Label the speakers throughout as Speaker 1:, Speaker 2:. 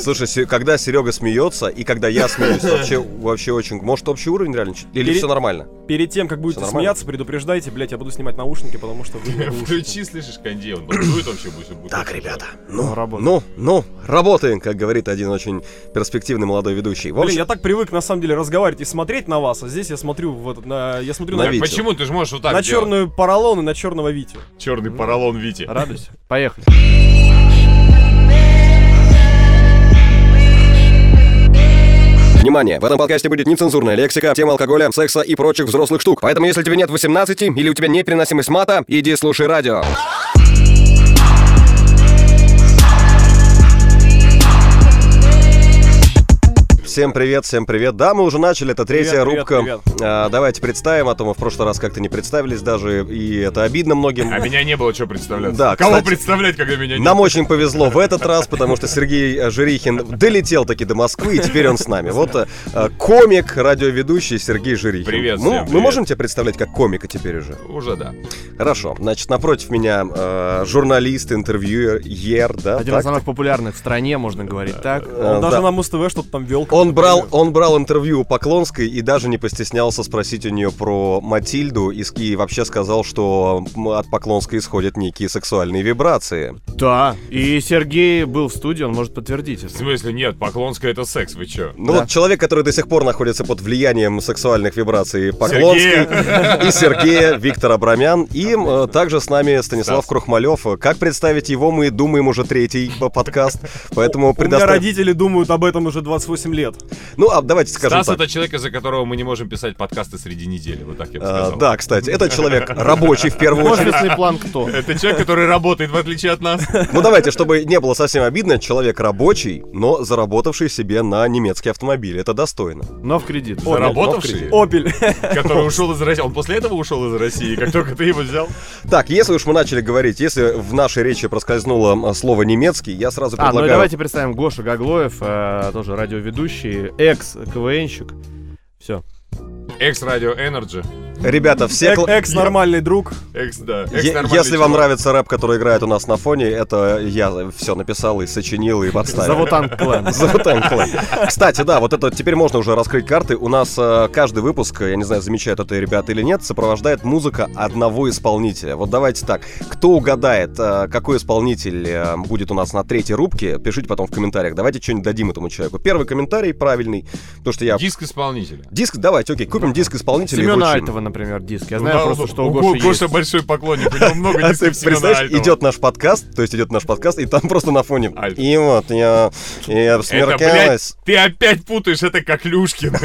Speaker 1: Слушай, Се- когда Серега смеется, и когда я смеюсь, вообще, вообще очень... Может, общий уровень реально? чуть- Или
Speaker 2: Пере-
Speaker 1: все нормально?
Speaker 2: Перед тем, как будете
Speaker 1: Всё нормально?
Speaker 2: смеяться, предупреждайте, блядь, я буду снимать наушники, потому что вы не глушите.
Speaker 3: Включи, слышишь, конди, он дует вообще будет. будет
Speaker 1: Так,
Speaker 3: очень
Speaker 1: ребята,
Speaker 3: жарко.
Speaker 1: ну,
Speaker 2: Работаем.
Speaker 1: ну, ну, работаем, как говорит один очень перспективный молодой ведущий. В
Speaker 2: Блин,
Speaker 1: общем,
Speaker 2: я так привык на самом деле разговаривать и смотреть на вас, а здесь я смотрю в этот, на, я смотрю
Speaker 1: На
Speaker 2: на,
Speaker 1: Витю.
Speaker 3: Почему ты же можешь вот так
Speaker 2: на черную поролон и на черного Витю.
Speaker 3: Черный поролон Вити.
Speaker 4: Радуйся. Поехали.
Speaker 1: внимание, в этом подкасте будет нецензурная лексика, тема алкоголя, секса и прочих взрослых штук. Поэтому, если тебе нет 18 или у тебя непереносимость мата, иди слушай радио. Всем привет, всем привет. Да, мы уже начали, это третья
Speaker 2: Привет,
Speaker 1: рубка.
Speaker 2: привет,
Speaker 1: А, давайте представим, а то мы в прошлый раз как-то не представились даже, и это обидно многим.
Speaker 3: А меня не было что представлять.
Speaker 1: Да,
Speaker 3: Кого
Speaker 1: кстати,
Speaker 3: представлять, когда меня не
Speaker 1: Нам очень повезло в этот раз, потому что Сергей э, Жирихин долетел таки до Москвы, и теперь он с нами. Вот э, э, комик, радиоведущий Сергей Жирихин.
Speaker 3: Привет,
Speaker 1: Ну,
Speaker 3: всем
Speaker 1: Мы
Speaker 3: привет.
Speaker 1: можем тебя представлять как комика теперь уже?
Speaker 3: Уже да.
Speaker 1: Хорошо. Значит, напротив меня э, журналист, интервьюер, ер, да?
Speaker 4: Один
Speaker 1: так?
Speaker 4: из самых популярных в стране, можно говорить так.
Speaker 1: Э,
Speaker 2: Он даже
Speaker 1: да.
Speaker 2: на Муз-ТВ что-то там вел.
Speaker 1: Он брал, он брал интервью у Поклонской и даже не постеснялся спросить у нее про Матильду и, с- и вообще сказал, что м, от Поклонской исходят некие сексуальные вибрации.
Speaker 4: Да. И Сергей был в студии, он может подтвердить.
Speaker 3: В
Speaker 4: если-
Speaker 3: смысле, нет, Поклонская это секс, вы чё?
Speaker 1: Ну
Speaker 4: Да.
Speaker 1: вот человек, который до сих пор находится под влиянием сексуальных вибраций Поклонской и Сергея, Виктор Абрамян. И э, также с нами Станислав
Speaker 3: Стас.
Speaker 1: Крухмалев. Как представить его, мы думаем уже третий э, подкаст. Поэтому
Speaker 2: У меня
Speaker 1: предоставим...
Speaker 2: родители думают об этом уже 28 лет.
Speaker 1: Ну, а давайте скажем
Speaker 3: Стас
Speaker 1: так.
Speaker 3: это человек, из-за которого мы не можем писать подкасты среди недели, вот так я бы
Speaker 1: Э,
Speaker 3: сказал.
Speaker 1: Да, кстати, это человек рабочий в первую очередь.
Speaker 4: Офисный план кто?
Speaker 3: Это человек, который работает, в отличие от нас.
Speaker 1: Ну давайте, чтобы не было совсем обидно, человек рабочий, но заработавший себе на немецкий автомобиль. Это достойно.
Speaker 4: Но в кредит.
Speaker 3: Заработавший,
Speaker 2: Опель.
Speaker 3: который ушел из России. Он после этого ушел из России, как только ты его взял.
Speaker 1: Так, если уж мы начали говорить, если в нашей речи проскользнуло э, слово немецкий, я сразу
Speaker 4: А, ну и
Speaker 1: предлагаю...
Speaker 4: давайте представим Гоша Гаглоев, э, тоже радиоведущий, экс-КВНщик. Все.
Speaker 3: Экс-радио Энерджи.
Speaker 1: Ребята,
Speaker 4: Э,
Speaker 1: все... кла-
Speaker 2: Экс нормальный друг.
Speaker 3: Экс, да.
Speaker 1: Е- Если вам нравится рэп, который играет у нас на фоне, это я все написал и сочинил и подставил.
Speaker 4: Зовут Анг Клэн.
Speaker 1: Золотан Клэн. Кстати, да, вот это теперь можно уже раскрыть карты. У нас э, каждый выпуск, я не знаю, замечают это ребята или нет, сопровождает музыка одного исполнителя. Вот давайте так. Кто угадает, э, какой исполнитель э, будет у нас на третьей рубке, пишите потом в комментариях. Давайте что-нибудь дадим этому человеку. Первый комментарий правильный, потому что я...
Speaker 3: Диск исполнителя.
Speaker 1: Диск, давайте, окей, купим диск исполнителя и
Speaker 4: Семена
Speaker 1: вручим.
Speaker 4: Альтова, например, диск.
Speaker 3: Ну
Speaker 4: Я знаю просто, что у Гоши есть.
Speaker 3: Гоша большой поклонник, у него много
Speaker 1: А ты
Speaker 3: дисков Семена
Speaker 1: представляешь,
Speaker 3: Альтова.
Speaker 1: идет наш подкаст, то есть идет наш подкаст, и там просто на фоне.
Speaker 3: Альт.
Speaker 1: И вот я, я
Speaker 3: Это, блядь,
Speaker 1: смеркалась.
Speaker 3: ты опять путаешь, это как Люшкин.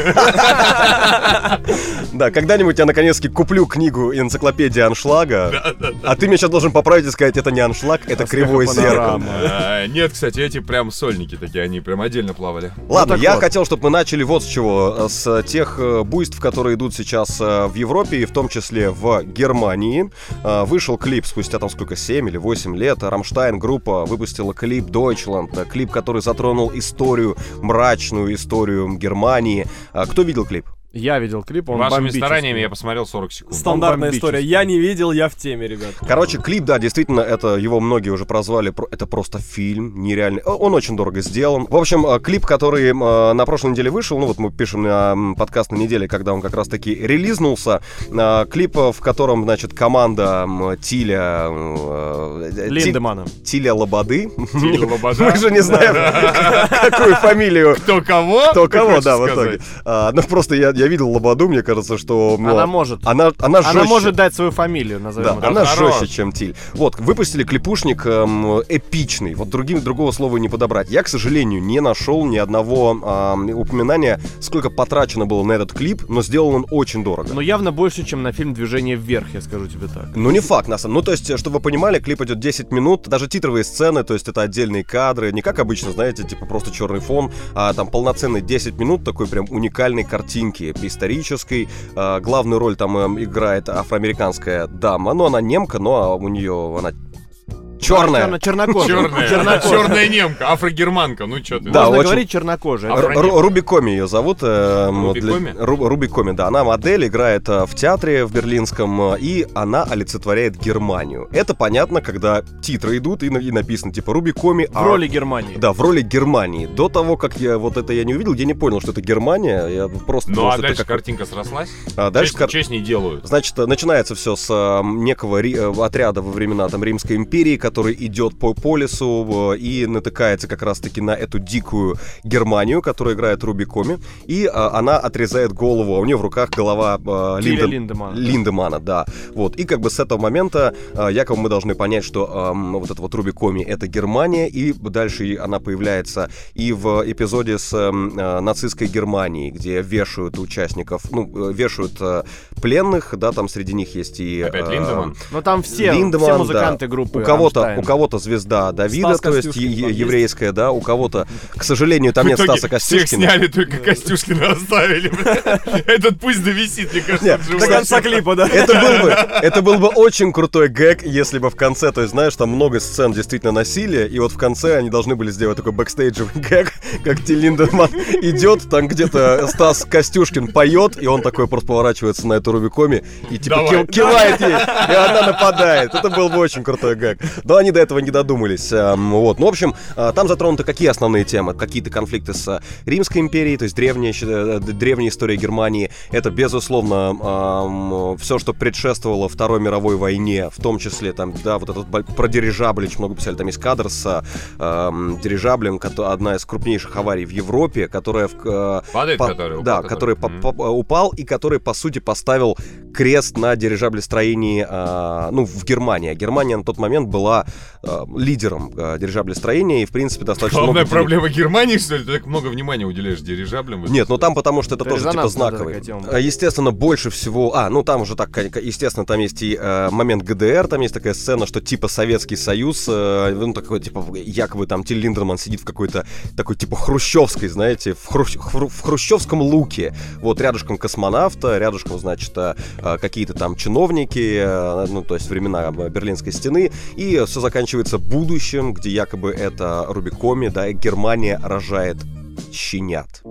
Speaker 1: Да, когда-нибудь я наконец-таки куплю книгу энциклопедия аншлага, а ты меня сейчас должен поправить и сказать, это не аншлаг, это кривое зеркало.
Speaker 4: Панорама.
Speaker 3: А, Нет, кстати, эти прям сольники такие, они прям отдельно плавали.
Speaker 1: Ладно,
Speaker 4: Ну, так
Speaker 1: я
Speaker 4: вот.
Speaker 1: хотел, чтобы мы начали вот с чего. С э, тех э, буйств, которые идут сейчас э, в Европе, и в том числе в Германии. Э, Вышел клип спустя там сколько, 7 или 8 лет. Рамштайн группа выпустила клип Deutschland, э, клип, который затронул историю, мрачную историю Германии. А Кто видел клип?
Speaker 4: Я видел клип, он
Speaker 3: Вашими
Speaker 4: бомбический.
Speaker 3: стараниями я посмотрел 40 секунд.
Speaker 2: Стандартная
Speaker 4: бомбический.
Speaker 2: история. Я не видел, я в теме, ребят.
Speaker 1: Короче, клип, да, действительно, это его многие уже прозвали, про- это просто фильм нереальный. О, Он очень дорого сделан. В общем, э, клип, который э, на прошлой неделе вышел, ну вот мы пишем на м, подкаст на неделе, когда он как раз-таки релизнулся. Э, Клип, э, в котором, значит, команда м, Тиля... э, э, Ти-
Speaker 4: Линдемана.
Speaker 1: Тиля Лободы.
Speaker 3: Тиля Лобода.
Speaker 1: Мы же не знаем, какую фамилию
Speaker 3: Кто кого?
Speaker 1: кто
Speaker 3: ты
Speaker 1: кого,
Speaker 3: хочешь
Speaker 1: да, в
Speaker 3: сказать?
Speaker 1: итоге. А, Ну, просто я я видел Лободу, мне кажется, что... ну,
Speaker 4: Она может.
Speaker 1: Она, она,
Speaker 4: Она
Speaker 1: жёстче.
Speaker 4: может дать свою фамилию, назовем
Speaker 1: Да,
Speaker 4: это.
Speaker 1: она
Speaker 3: Да
Speaker 1: жестче,
Speaker 3: хорош.
Speaker 1: чем Тиль. Вот, выпустили клипушник эм, эпичный. Вот другим другого слова не подобрать. Я, к сожалению, не нашел ни одного ам, упоминания, сколько потрачено было на этот клип, но сделан он очень дорого.
Speaker 4: Но явно больше, чем на фильм «Движение вверх», я скажу тебе так.
Speaker 1: Ну, не факт, на самом Ну, то есть, чтобы вы понимали, клип идет 10 минут, даже титровые сцены, то есть это отдельные кадры, не как обычно, знаете, типа просто черный фон, а там полноценные 10 минут такой прям уникальной картинки, исторической. А, главную роль там эм, играет афроамериканская дама, ну, она немка, но у нее она Черная.
Speaker 4: Чернокожая.
Speaker 3: Черная, черная немка, афрогерманка, ну чё ты.
Speaker 1: Да,
Speaker 4: Можно
Speaker 1: очень-
Speaker 4: говорить чернокожая.
Speaker 3: А,
Speaker 4: Это
Speaker 1: Р- Ру- Рубикоми ее зовут. э, м,
Speaker 3: Руби
Speaker 1: для-
Speaker 3: Коми?
Speaker 1: Ру- Руби Коми, да. Она модель, играет э, в театре в берлинском, э, и она олицетворяет Германию. Это понятно, когда титры идут и, на- и написано типа Руби Коми.
Speaker 4: В роли Германии.
Speaker 1: Да, в роли Германии. До того, как я вот это я не увидел, я не понял, что это Германия. Я просто
Speaker 3: Ну
Speaker 1: думал,
Speaker 3: а
Speaker 1: что это
Speaker 3: дальше
Speaker 1: как-
Speaker 3: картинка срослась.
Speaker 1: А дальше
Speaker 3: Честь-
Speaker 1: кар-
Speaker 3: Честь не делают.
Speaker 1: Значит, э, начинается все с э, некого ри- э, отряда во времена там Римской империи, который идет по, по лесу э, и натыкается как раз-таки на эту дикую Германию, которую играет Руби Коми, и э, она отрезает голову, а у нее в руках голова э,
Speaker 4: Тиля
Speaker 1: Линден-
Speaker 4: Линдемана.
Speaker 1: Линдемана, да. Вот. И как бы с этого момента э, якобы мы должны понять, что эм, вот это вот Руби Коми это Германия, и дальше и она появляется и в эпизоде с эм, э, нацистской Германией, где вешают участников, ну, э, вешают э, пленных, да, там среди них есть и...
Speaker 3: Опять
Speaker 1: э,
Speaker 3: Линдеман.
Speaker 4: Но там все,
Speaker 1: Линдеман,
Speaker 4: все музыканты группы.
Speaker 1: у кого-то,
Speaker 4: «Рамштайн».
Speaker 1: у кого-то звезда Давида,
Speaker 2: Стас
Speaker 1: то есть
Speaker 2: Костюшкин
Speaker 1: е-
Speaker 2: там есть?
Speaker 1: еврейская, да, у кого-то, к сожалению, там
Speaker 3: В
Speaker 1: нет
Speaker 3: итоге
Speaker 1: А Стаса
Speaker 3: всех
Speaker 1: Костюшкина.
Speaker 3: сняли, только Костюшкина оставили. блядь. Этот пусть довисит, мне кажется,
Speaker 1: Нет,
Speaker 3: он
Speaker 2: До
Speaker 3: живой.
Speaker 2: конца клипа, да?
Speaker 1: Это был бы, это был бы очень крутой гэг, если бы в конце, то есть знаешь, там много сцен действительно насилия, и вот в конце они должны были сделать такой бэкстейджевый гэг, как Ти Линдеман идет, там где-то Стас Костюшкин поет, и он такой просто поворачивается на эту Рубикоми и типа
Speaker 3: Давай.
Speaker 1: кив- кивает ей, и она нападает. Это был бы очень крутой гэг. Но они до этого не додумались. Эм, Вот, ну в общем, э, там затронуты какие основные темы? Какие-то конфликты с э, Римской империей, то есть древняя, щ- э, д- древняя история Германии. Это, безусловно, все, что предшествовало Второй мировой войне, в том числе, там, да, вот этот бо- про дирижабль очень много писали. Там есть кадр с э, эм, дирижаблем, кото- одна из крупнейших аварий в Европе, которая... в, э,
Speaker 3: Падает,
Speaker 1: по-
Speaker 3: который.
Speaker 1: да,
Speaker 3: упал,
Speaker 1: который
Speaker 3: М.
Speaker 1: по- по- упал и который, по сути, поставил крест на дирижаблестроении, а, ну, в Германии. А Германия на тот момент была а, лидером а, дирижаблестроения и, в принципе, достаточно
Speaker 3: Главная
Speaker 1: много... денег.
Speaker 3: проблема Германии, что ли? Ты так много внимания уделяешь дирижаблям.
Speaker 1: Нет, ну там потому что это
Speaker 4: Это
Speaker 1: тоже типа
Speaker 4: резонансная
Speaker 1: знаковый.
Speaker 4: такая тема.
Speaker 1: А, Естественно, больше всего... А, ну там уже так, кон- естественно, там есть и э, момент ГДР, там есть такая сцена, что типа Советский Союз, э, ну такой типа якобы там Тиль Линдерман сидит в какой-то такой типа хрущевской, знаете, в, хрущ- хру- в хрущевском луке. Вот рядышком космонавта, рядышком, значит, э, э, какие-то там чиновники, э, ну то есть времена э, Берлинской стены, и все заканчивается будущим, где якобы это Рубикоми, да, и Германия рожает щенят.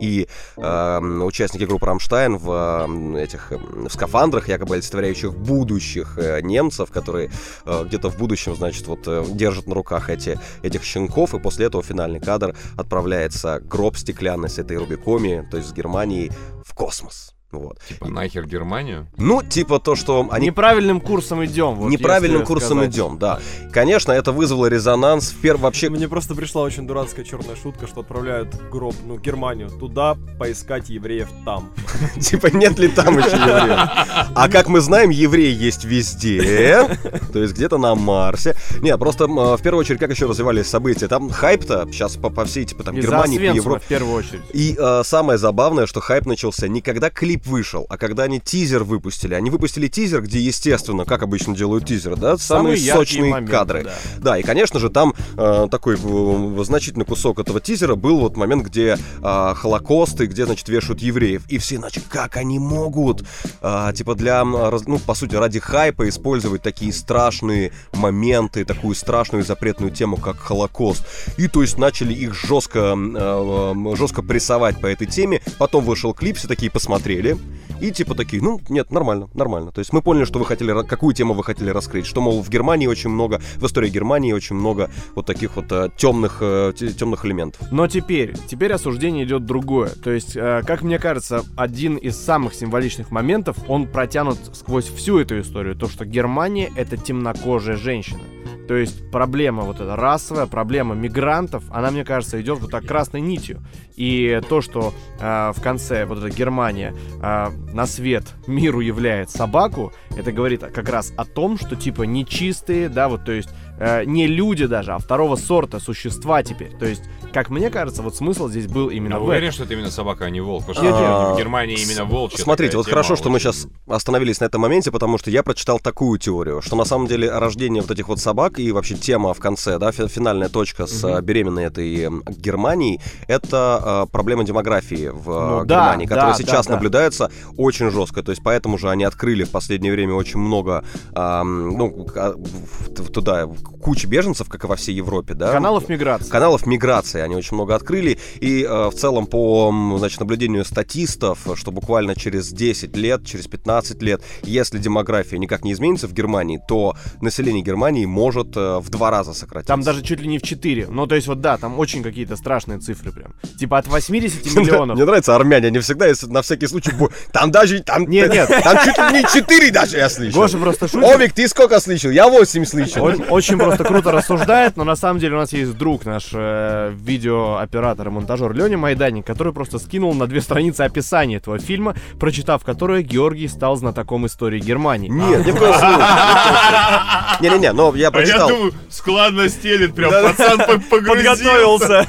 Speaker 1: И эм, участники группы Рамштайн в эм, этих эм, в скафандрах, якобы олицетворяющих будущих э, немцев, которые э, где-то в будущем, значит, вот э, держат на руках эти, этих щенков, и после этого финальный кадр отправляется гроб стеклянный с этой Рубикоми, то есть с Германией, в космос. Вот.
Speaker 3: Типа нахер Германию?
Speaker 1: Ну, типа то, что они
Speaker 4: Неправильным курсом идем. вот
Speaker 1: неправильным
Speaker 4: если
Speaker 1: курсом
Speaker 4: сказать.
Speaker 1: идем, да. Конечно, это вызвало резонанс в перв... вообще
Speaker 2: Мне просто пришла очень дурацкая черная шутка, что отправляют гроб, ну, в Германию, туда поискать евреев там.
Speaker 1: Типа, нет ли там еще евреев? А как мы знаем, евреи есть везде. То есть где-то на Марсе. Не, просто м, э, в первую очередь, как еще развивались события? Там хайп-то сейчас по, по всей, типа, там,
Speaker 4: Из-за
Speaker 1: Германии, по
Speaker 4: Освенцима
Speaker 1: Европе.
Speaker 4: в первую очередь.
Speaker 1: И э, самое забавное, что хайп начался не когда клип вышел, а когда они тизер выпустили. Они выпустили тизер, где, естественно, как обычно делают тизеры, да, самые,
Speaker 4: яркие
Speaker 1: сочные
Speaker 4: моменты,
Speaker 1: кадры.
Speaker 4: да.
Speaker 1: Да, и, конечно же, там э, такой э, значительный кусок этого тизера был вот момент, где э, Холокост и где, значит, вешают евреев. И все начали, как они могут, э, типа, для, м, раз- ну, по сути, ради хайпа использовать такие страшные моменты, такую страшную и запретную тему, как Холокост. И, то есть, начали их жестко, м, э, м, жестко прессовать по этой теме. Потом вышел клип, все такие посмотрели. И типа такие, ну, нет, нормально, нормально. То есть мы поняли, что вы хотели, ра- какую тему вы хотели раскрыть. Что, мол, в Германии очень много, в истории Германии очень много вот таких вот э, темных, э, те- темных элементов.
Speaker 4: Но теперь, теперь осуждение идет другое. То есть, э, как мне кажется, один из самых символичных моментов, он протянут сквозь всю эту историю. То, что Германия — это темнокожая женщина. То есть проблема вот эта расовая, проблема мигрантов, она, мне кажется, идет вот так красной нитью. И то, что э, в конце вот эта Германия э, на свет миру являет собаку, это говорит как раз о том, что типа нечистые, да, вот то есть э, не люди даже, а второго сорта существа теперь. То есть Как мне кажется, вот смысл здесь был именно
Speaker 3: Я
Speaker 4: в этом.
Speaker 3: уверен, Ну, что это именно собака, а не волк. Потому
Speaker 1: Нет,
Speaker 3: что
Speaker 1: нет.
Speaker 3: в Германии именно волчья.
Speaker 1: Смотрите,
Speaker 3: такая
Speaker 1: вот
Speaker 3: тема
Speaker 1: хорошо, что мы
Speaker 3: очень.
Speaker 1: сейчас остановились на этом моменте, потому что я прочитал такую теорию, что на самом деле рождение вот этих вот собак и вообще тема в конце, да, фи- финальная точка с
Speaker 4: Мгм.
Speaker 1: э, беременной этой м, Германией, это э, проблема демографии в э,
Speaker 4: Ну да,
Speaker 1: Германии, которая
Speaker 4: да,
Speaker 1: сейчас
Speaker 4: да, да.
Speaker 1: наблюдается очень жестко. То есть поэтому же они открыли в последнее время очень много, ам, ну, к- а, в- в- туда куча беженцев, как и во всей Европе, да.
Speaker 4: Каналов миграции.
Speaker 1: каналов миграции они очень много открыли. И э, в целом по м, значит, наблюдению статистов, что буквально через 10 лет, через 15 лет, если демография никак не изменится в Германии, то население Германии может э, в два раза сократиться.
Speaker 4: Там даже чуть ли не в 4. Ну, то есть, вот да, там очень какие-то страшные цифры прям. Типа от 80 миллионов.
Speaker 1: Мне нравится армяне, они всегда, если на всякий случай, бу- там даже, там,
Speaker 4: Нет, нет.
Speaker 1: там чуть ли не 4 даже я слышал.
Speaker 4: Гоша просто шутит.
Speaker 1: Овик, ты сколько слышал? Я 8 слышал.
Speaker 4: Очень,
Speaker 3: ну?
Speaker 4: очень просто круто рассуждает, но на самом деле у нас есть друг наш э, видеооператор и монтажер Леня Майданик, который просто скинул на две страницы описание этого фильма, прочитав которое Георгий стал знатоком истории Германии.
Speaker 1: Нет, ни в коем случае. Не-не-не, но я
Speaker 3: А я
Speaker 1: прочитал.
Speaker 3: думаю, складно стелит, прям пацан по-
Speaker 4: А,
Speaker 3: погрузился.
Speaker 2: Подготовился.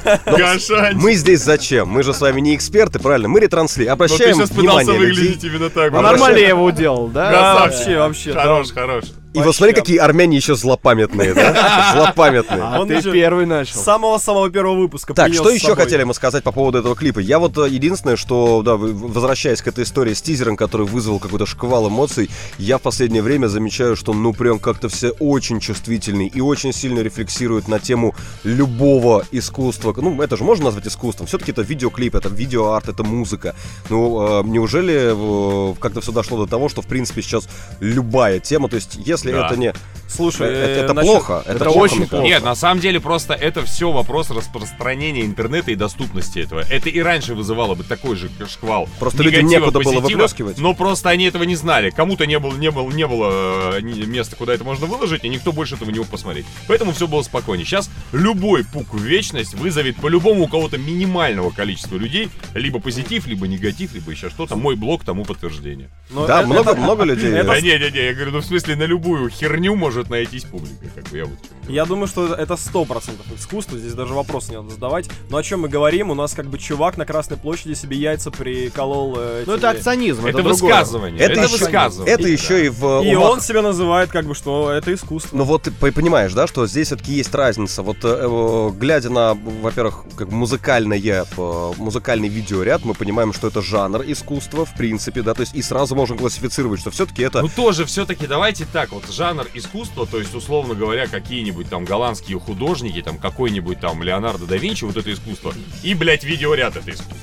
Speaker 3: Гошань.
Speaker 1: Мы здесь зачем? Мы же с вами не эксперты, правильно? Мы ретрансли.
Speaker 3: Но ты
Speaker 1: Обращаем
Speaker 3: сейчас пытался
Speaker 1: внимание людей.
Speaker 3: выглядеть именно так.
Speaker 4: А
Speaker 1: Ну,
Speaker 3: Гошань.
Speaker 4: нормально я его уделал, да?
Speaker 3: Да.
Speaker 2: вообще, вообще. да.
Speaker 3: Хорош, хорош.
Speaker 1: И вот смотри,
Speaker 2: Вообще.
Speaker 1: какие армяне еще злопамятные, да? Злопамятные.
Speaker 4: А
Speaker 2: Он
Speaker 4: ты
Speaker 2: же-
Speaker 4: первый начал.
Speaker 2: С самого-самого первого выпуска.
Speaker 1: Так,
Speaker 2: принес
Speaker 1: что
Speaker 2: с
Speaker 1: еще
Speaker 2: собой.
Speaker 1: хотели мы сказать по поводу этого клипа? Я вот э, единственное, что, да, вы- возвращаясь к этой истории с тизером, который вызвал какой-то шквал эмоций, я в последнее время замечаю, что, ну, прям как-то все очень чувствительны и очень сильно рефлексируют на тему любого искусства. Ну, это же можно назвать искусством. Все-таки это видеоклип, это видеоарт, это музыка. Ну, э, неужели э, как-то все дошло до того, что, в принципе, сейчас любая тема, то есть, если
Speaker 3: Да.
Speaker 1: это не...
Speaker 2: Слушай,
Speaker 1: Э,
Speaker 2: э,
Speaker 1: это
Speaker 2: насчет-
Speaker 1: плохо. Это,
Speaker 4: это
Speaker 1: плохо,
Speaker 4: очень
Speaker 1: мне кажется.
Speaker 4: плохо.
Speaker 3: Нет, на самом деле просто это все вопрос распространения интернета и доступности этого. Это и раньше вызывало бы такой же шквал.
Speaker 1: Просто людям
Speaker 3: негатива,
Speaker 1: некуда было
Speaker 3: позитива,
Speaker 1: выплескивать.
Speaker 3: Но просто они этого не знали. Кому-то не было, не было, не было э, ни- места, куда это можно выложить, и никто больше этого не мог посмотреть. Поэтому все было спокойнее. Сейчас любой пук в вечность вызовет по-любому у кого-то минимального количества людей либо позитив, либо негатив, либо еще что-то. Мой блог тому подтверждение.
Speaker 2: но
Speaker 1: Да,
Speaker 2: это-
Speaker 1: много, много людей.
Speaker 2: это
Speaker 1: да.
Speaker 3: Да не, не, не, я говорю, ну в смысле на любую херню может найтись публика, как бы я вот.
Speaker 2: Я думаю, что это сто процентов искусство, здесь даже вопрос не надо задавать. Но о чем мы говорим, у нас как бы чувак на Красной площади себе яйца приколол. э,
Speaker 4: Ну
Speaker 2: этими-
Speaker 4: это акционизм, это,
Speaker 3: Это,
Speaker 4: другое.
Speaker 3: высказывание. Это,
Speaker 1: еще,
Speaker 3: высказывание.
Speaker 1: это еще и в
Speaker 2: И
Speaker 1: умах.
Speaker 2: он себя называет как бы, что это искусство.
Speaker 1: Ну вот ты по- понимаешь, да, что здесь все-таки есть разница. Вот э, э, глядя на, во-первых, как бы музыкальное, э, музыкальный видеоряд, мы понимаем, что это жанр искусства, в принципе, да, то есть и сразу можем классифицировать, что все-таки это
Speaker 3: Ну тоже все-таки давайте так, вот жанр искусства, то есть условно говоря, какие-нибудь там голландские художники, там какой-нибудь там Леонардо да Винчи, вот это искусство, и, блядь, видеоряд это искусство.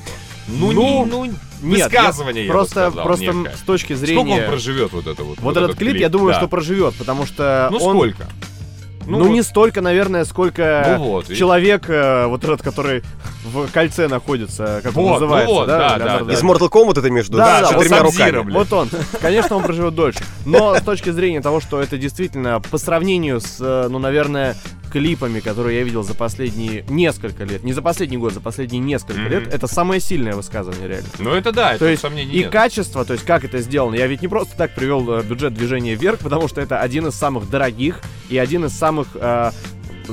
Speaker 3: Ну,
Speaker 4: Ну,
Speaker 3: не- ну,
Speaker 4: Нет, я-
Speaker 3: высказывание, я бы
Speaker 4: просто,
Speaker 3: сказал,
Speaker 4: просто
Speaker 3: некое.
Speaker 4: с точки
Speaker 3: Сколько он
Speaker 4: зрения...
Speaker 3: проживет вот это вот?
Speaker 4: Вот, этот, клип, я думаю,
Speaker 3: да.
Speaker 4: что проживет, потому что
Speaker 3: Ну
Speaker 4: он...
Speaker 3: сколько?
Speaker 4: Ну,
Speaker 3: вот,
Speaker 4: не столько, наверное, сколько
Speaker 3: ну вот, видишь.
Speaker 4: человек, э, вот этот, который в кольце находится, как он
Speaker 3: Вот, ну
Speaker 4: называется,
Speaker 3: вот,
Speaker 4: да?
Speaker 3: да,
Speaker 4: Леонардо
Speaker 3: Ну, да,
Speaker 1: из
Speaker 4: Ди-
Speaker 1: Mortal Kombat это между
Speaker 4: Да, да,
Speaker 1: четырьмя
Speaker 3: вот
Speaker 1: руками.
Speaker 3: Сабзиро, блин.
Speaker 4: Вот он. Конечно, он проживет дольше. Но с точки зрения того, что это действительно по сравнению с, э, ну, наверное, клипами, которые я видел за последние несколько лет, не за последний год, за последние несколько
Speaker 3: Мгм.
Speaker 4: лет, это самое сильное высказывание реально.
Speaker 3: Ну это да, это
Speaker 4: То есть
Speaker 3: сомнений
Speaker 4: и
Speaker 3: нет.
Speaker 4: качество, то есть как это сделано. Я ведь не просто так привел э, бюджет движения вверх, потому что это один из самых дорогих и один из самых, э,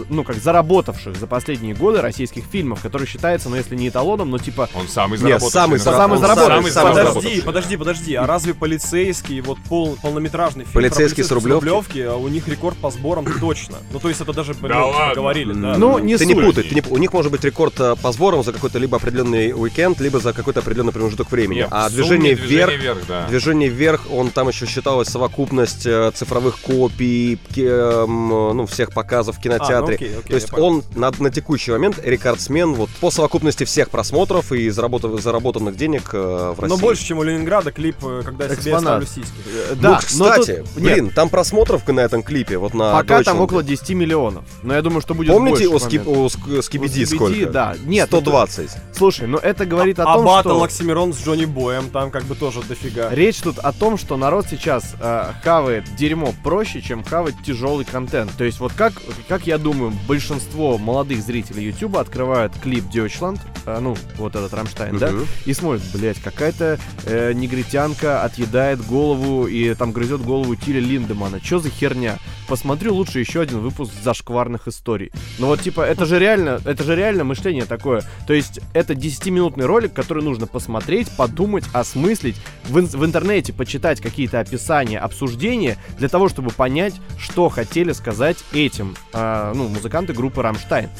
Speaker 4: ну как, заработавших за последние годы российских фильмов, который считается, ну если не эталоном, но типа...
Speaker 3: Он самый
Speaker 1: Нет,
Speaker 3: заработавший.
Speaker 1: самый
Speaker 3: на-
Speaker 1: заработ-
Speaker 4: Самый
Speaker 1: он
Speaker 4: заработавший.
Speaker 1: самый
Speaker 3: Самый
Speaker 1: заработавший.
Speaker 2: Подожди, подожди, подожди, а разве полицейский, вот пол, полнометражный фильм про
Speaker 1: Полицейский с
Speaker 2: полицейских
Speaker 1: Рублевки?
Speaker 2: а у них рекорд по сборам точно. Ну то есть это даже
Speaker 3: Да
Speaker 2: ну,
Speaker 3: ладно.
Speaker 2: говорили, да.
Speaker 4: Ну, не
Speaker 1: ты не
Speaker 4: суть.
Speaker 1: путай, ты не пу- у них может быть рекорд э, по сборам за какой-то либо определенный уикенд, либо за какой-то определенный промежуток времени.
Speaker 3: Нет,
Speaker 1: а
Speaker 3: в
Speaker 1: движение
Speaker 3: сумме
Speaker 1: вверх
Speaker 3: да.
Speaker 1: Движение вверх, он там еще считалось совокупность э, цифровых копий, ки- эм, э, ну, всех показов в кинотеатре.
Speaker 2: А, ну, окей, окей,
Speaker 1: То есть
Speaker 2: я понял.
Speaker 1: он на, на текущий момент рекордсмен вот по совокупности всех просмотров и заработав- заработанных денег э, в России.
Speaker 2: Но больше, чем у Ленинграда клип, э, когда я себе
Speaker 4: Экспонат.
Speaker 2: ставлю сиськи.
Speaker 4: э,
Speaker 1: Да,
Speaker 4: да,
Speaker 1: ну, кстати,
Speaker 4: но тут- нет,
Speaker 1: блин, а, там просмотров на этом клипе, вот на
Speaker 4: Пока там
Speaker 1: Deutschland.
Speaker 4: около 10 миллионов. Но я думаю, что будет
Speaker 1: Помните
Speaker 4: больше
Speaker 1: у, Скип-
Speaker 4: момент.
Speaker 1: у Ск- Скибиди
Speaker 4: У Скибиди,
Speaker 1: сколько?
Speaker 4: да. Нет, это-
Speaker 1: 120.
Speaker 4: Слушай, ну это говорит о
Speaker 2: а
Speaker 4: том,
Speaker 2: батл
Speaker 4: что...
Speaker 2: Оксимирон с Джонни Боем, там как бы тоже дофига.
Speaker 4: Речь тут о том, что народ сейчас э, хавает дерьмо проще, чем хавать тяжелый контент. То есть вот как, как я думаю, большинство молодых зрителей Ютуба открывают клип Deutschland, э, ну, вот этот Рамштайн, да,
Speaker 1: Мгм.
Speaker 4: и смотрят, блядь, какая-то э, негритянка отъедает голову и там грызет голову Тиля Линдемана. Чё за херня? посмотрю лучше еще один выпуск зашкварных историй. Ну вот, типа, это же реально, это же реально мышление такое. То есть, это 10-минутный ролик, который нужно посмотреть, подумать, осмыслить, в, ин- в интернете почитать какие-то описания, обсуждения, для того, чтобы понять, что хотели сказать этим, а, ну, музыканты группы «Рамштайн».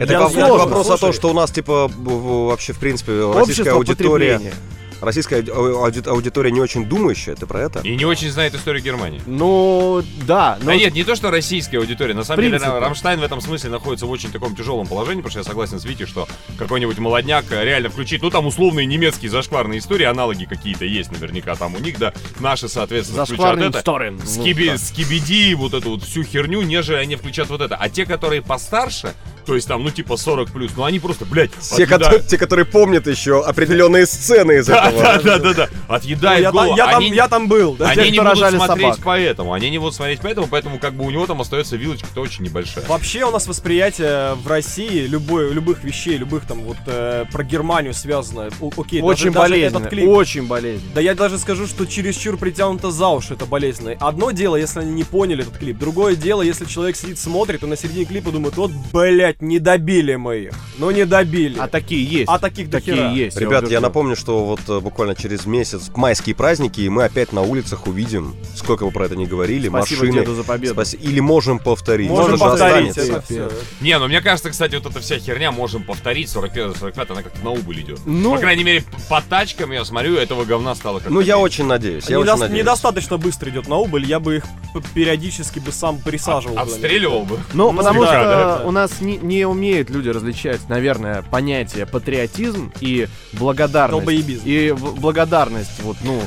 Speaker 1: Это
Speaker 2: Я
Speaker 1: вопрос,
Speaker 2: сложно,
Speaker 1: вопрос о том,
Speaker 2: слушай.
Speaker 1: что у нас, типа, б- в- вообще, в принципе, российская
Speaker 4: Общество
Speaker 1: аудитория...
Speaker 4: потребления.
Speaker 1: Российская ауди- ауди- аудитория не очень думающая, ты про это?
Speaker 3: И не очень знает историю Германии.
Speaker 4: Ну, да, но
Speaker 1: А
Speaker 3: Да нет, не то, что российская аудитория. На самом деле,
Speaker 4: принципе.
Speaker 3: Рам- Рамштайн в этом смысле находится в очень таком тяжелом положении, потому что я согласен с Вити, что какой-нибудь молодняк э, реально включит, ну там условные немецкие зашкварные истории, аналоги какие-то есть наверняка там у них, да, наши, соответственно, включат
Speaker 4: зашкварный
Speaker 3: это.
Speaker 4: сторон. Ну,
Speaker 3: Скиби,
Speaker 4: да.
Speaker 3: скибиди, вот эту вот всю херню, нежели они включат вот это. А те, которые постарше, то есть там, ну, типа 40 плюс, ну они просто, блядь,
Speaker 1: Те,
Speaker 4: ну
Speaker 3: отъедают-
Speaker 1: кото- те, которые помнят еще определенные сцены из
Speaker 3: Да,
Speaker 1: этого.
Speaker 3: да, да, да, да.
Speaker 2: Ну,
Speaker 3: Отъедает
Speaker 2: я,
Speaker 3: голову.
Speaker 2: там, я, там,
Speaker 3: Они-
Speaker 2: я там был, да.
Speaker 4: те,
Speaker 3: Они не
Speaker 4: кто
Speaker 3: будут
Speaker 4: рожали
Speaker 3: смотреть
Speaker 4: собак.
Speaker 3: поэтому, они не будут смотреть поэтому, поэтому как бы у него там остается вилочка-то очень небольшая.
Speaker 2: Вообще у нас восприятие в России любой, любых вещей, любых там вот э, про Германию связано. О- окей, даже-
Speaker 4: Очень
Speaker 2: даже
Speaker 4: болезненно,
Speaker 2: этот клип.
Speaker 4: очень болезненно.
Speaker 2: Да я даже скажу, что чересчур притянуто за уши это болезненно. Одно дело, если они не поняли этот клип. Другое дело, если человек сидит, смотрит и на середине клипа думает, вот, блядь, не добили мы их. Ну не добили.
Speaker 4: А такие есть.
Speaker 2: А таких до
Speaker 4: такие
Speaker 2: хера.
Speaker 4: есть.
Speaker 1: Ребят, я
Speaker 4: убежден.
Speaker 1: напомню, что вот э, буквально через месяц майские праздники, и мы опять на улицах увидим, сколько вы про это не говорили,
Speaker 4: Спасибо
Speaker 1: машины.
Speaker 4: деду за победу.
Speaker 1: Спаси- Или можем повторить.
Speaker 2: Можем
Speaker 1: Это же
Speaker 2: повторить
Speaker 1: останется.
Speaker 2: это
Speaker 4: останется.
Speaker 2: все.
Speaker 3: Не, ну мне кажется, кстати, вот эта вся херня можем повторить 41-45, она как-то на убыль идет.
Speaker 4: Ну,
Speaker 3: По крайней мере, п- по тачкам я смотрю, этого говна стало как
Speaker 1: Ну, я очень надеюсь. Я
Speaker 2: Недо-
Speaker 1: очень надеюсь.
Speaker 2: недостаточно быстро идет на убыль, я бы их п- периодически бы сам присаживал.
Speaker 3: Отстреливал бы.
Speaker 4: Ну,
Speaker 2: Ну,
Speaker 4: потому
Speaker 2: да,
Speaker 4: что
Speaker 2: да, да.
Speaker 4: у нас не, не умеют люди различать, наверное, понятие патриотизм и благодарность.
Speaker 2: Долбоебизм.
Speaker 4: И в- благодарность, вот, ну,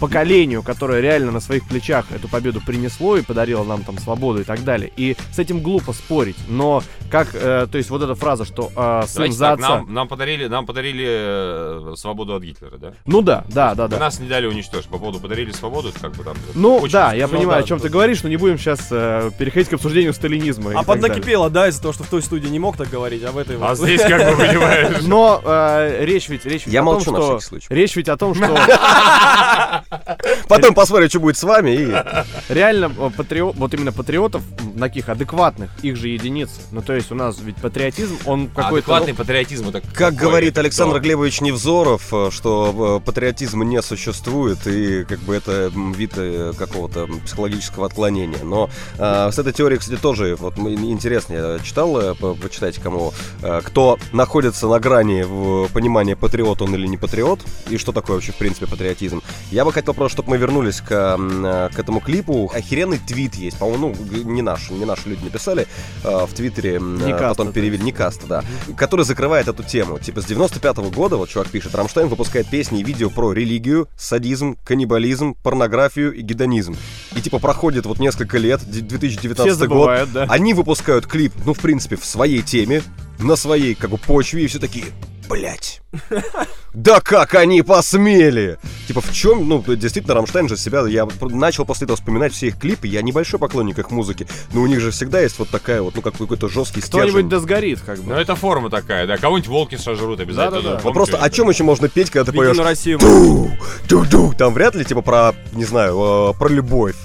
Speaker 4: поколению, которое реально на своих плечах эту победу принесло и подарило нам там свободу и так далее. И с этим глупо спорить, но как, э, то есть вот эта фраза, что э, сын
Speaker 3: Давайте
Speaker 4: за
Speaker 3: так,
Speaker 4: отца.
Speaker 3: нам, нам подарили, нам подарили э, свободу от Гитлера, да?
Speaker 4: Ну да, да, да, да.
Speaker 3: Нас не дали уничтожить. По поводу подарили свободу, это как бы там...
Speaker 4: Ну
Speaker 3: очень
Speaker 4: да, я
Speaker 2: ну
Speaker 4: понимаю,
Speaker 2: да,
Speaker 4: о чем
Speaker 2: да.
Speaker 4: ты говоришь, но не будем сейчас переходить к обсуждению сталинизма. и
Speaker 2: А
Speaker 4: так далее.
Speaker 2: поднакипело, да, из-за того, что в той студии не мог так говорить, а в этой
Speaker 3: А
Speaker 2: вот.
Speaker 3: здесь как бы понимаешь.
Speaker 4: Но э, речь ведь речь ведь
Speaker 1: Я
Speaker 4: о
Speaker 1: молчу
Speaker 4: том,
Speaker 1: на
Speaker 4: что
Speaker 1: всякий случай.
Speaker 4: речь ведь о том, что
Speaker 1: Потом посмотрим, что будет с вами. И...
Speaker 4: реально э, патрио- вот именно патриотов м, таких адекватных их же единицы. Ну то есть у нас ведь патриотизм он какой-то ну,
Speaker 3: Адекватный патриотизм это
Speaker 1: Как
Speaker 3: какой?
Speaker 1: говорит
Speaker 3: Это
Speaker 1: Александр
Speaker 3: кто?
Speaker 1: Глебович Невзоров, э, что э, патриотизм не существует, и как бы это м, вид э, какого-то м, психологического отклонения. Но э, с этой теорией, кстати, тоже вот м, интересно, я читал, э, по- почитайте кому, э, кто находится на грани в- понимания, патриот он или не патриот, и что такое вообще, в принципе, патриотизм. Я бы хотел просто, чтобы мы вернулись к, м, э, к этому клипу. Охеренный твит есть, по-моему, ну, г- не наш, не наши люди написали э, в Твиттере, м, э,
Speaker 4: Никаста,
Speaker 1: потом
Speaker 4: то
Speaker 1: перевели, Никаста, да, который закрывает эту тему. Типа с 95 года, вот чувак пишет, Рамштайн выпускает песни и видео про религию, садизм, каннибализм, порнографию и гедонизм. И типа проходит вот несколько лет, д-
Speaker 4: все
Speaker 1: 2019 год,
Speaker 4: забывают, да.
Speaker 1: они выпускают клип, ну, в принципе, в своей теме, на своей, как бы, почве, и все такие, блять. Да как они посмели! Типа, в чем, ну, действительно, Рамштайн же себя, я пр- начал после этого вспоминать все их клипы, я небольшой поклонник их музыки, но у них же всегда есть вот такая вот, ну, как какой-то жесткий
Speaker 4: Кто-нибудь
Speaker 1: стержень.
Speaker 4: да сгорит как бы.
Speaker 3: Ну это форма такая, да. Кого-нибудь волки сожрут обязательно.
Speaker 4: Да-да-да. а
Speaker 1: Ну,
Speaker 3: Помните
Speaker 1: просто
Speaker 3: это?
Speaker 1: о чем еще можно петь, когда ты
Speaker 2: в Единую
Speaker 1: поешь
Speaker 2: Россию.
Speaker 1: «Ду-ду», там вряд ли, типа, про, не знаю, э, про любовь.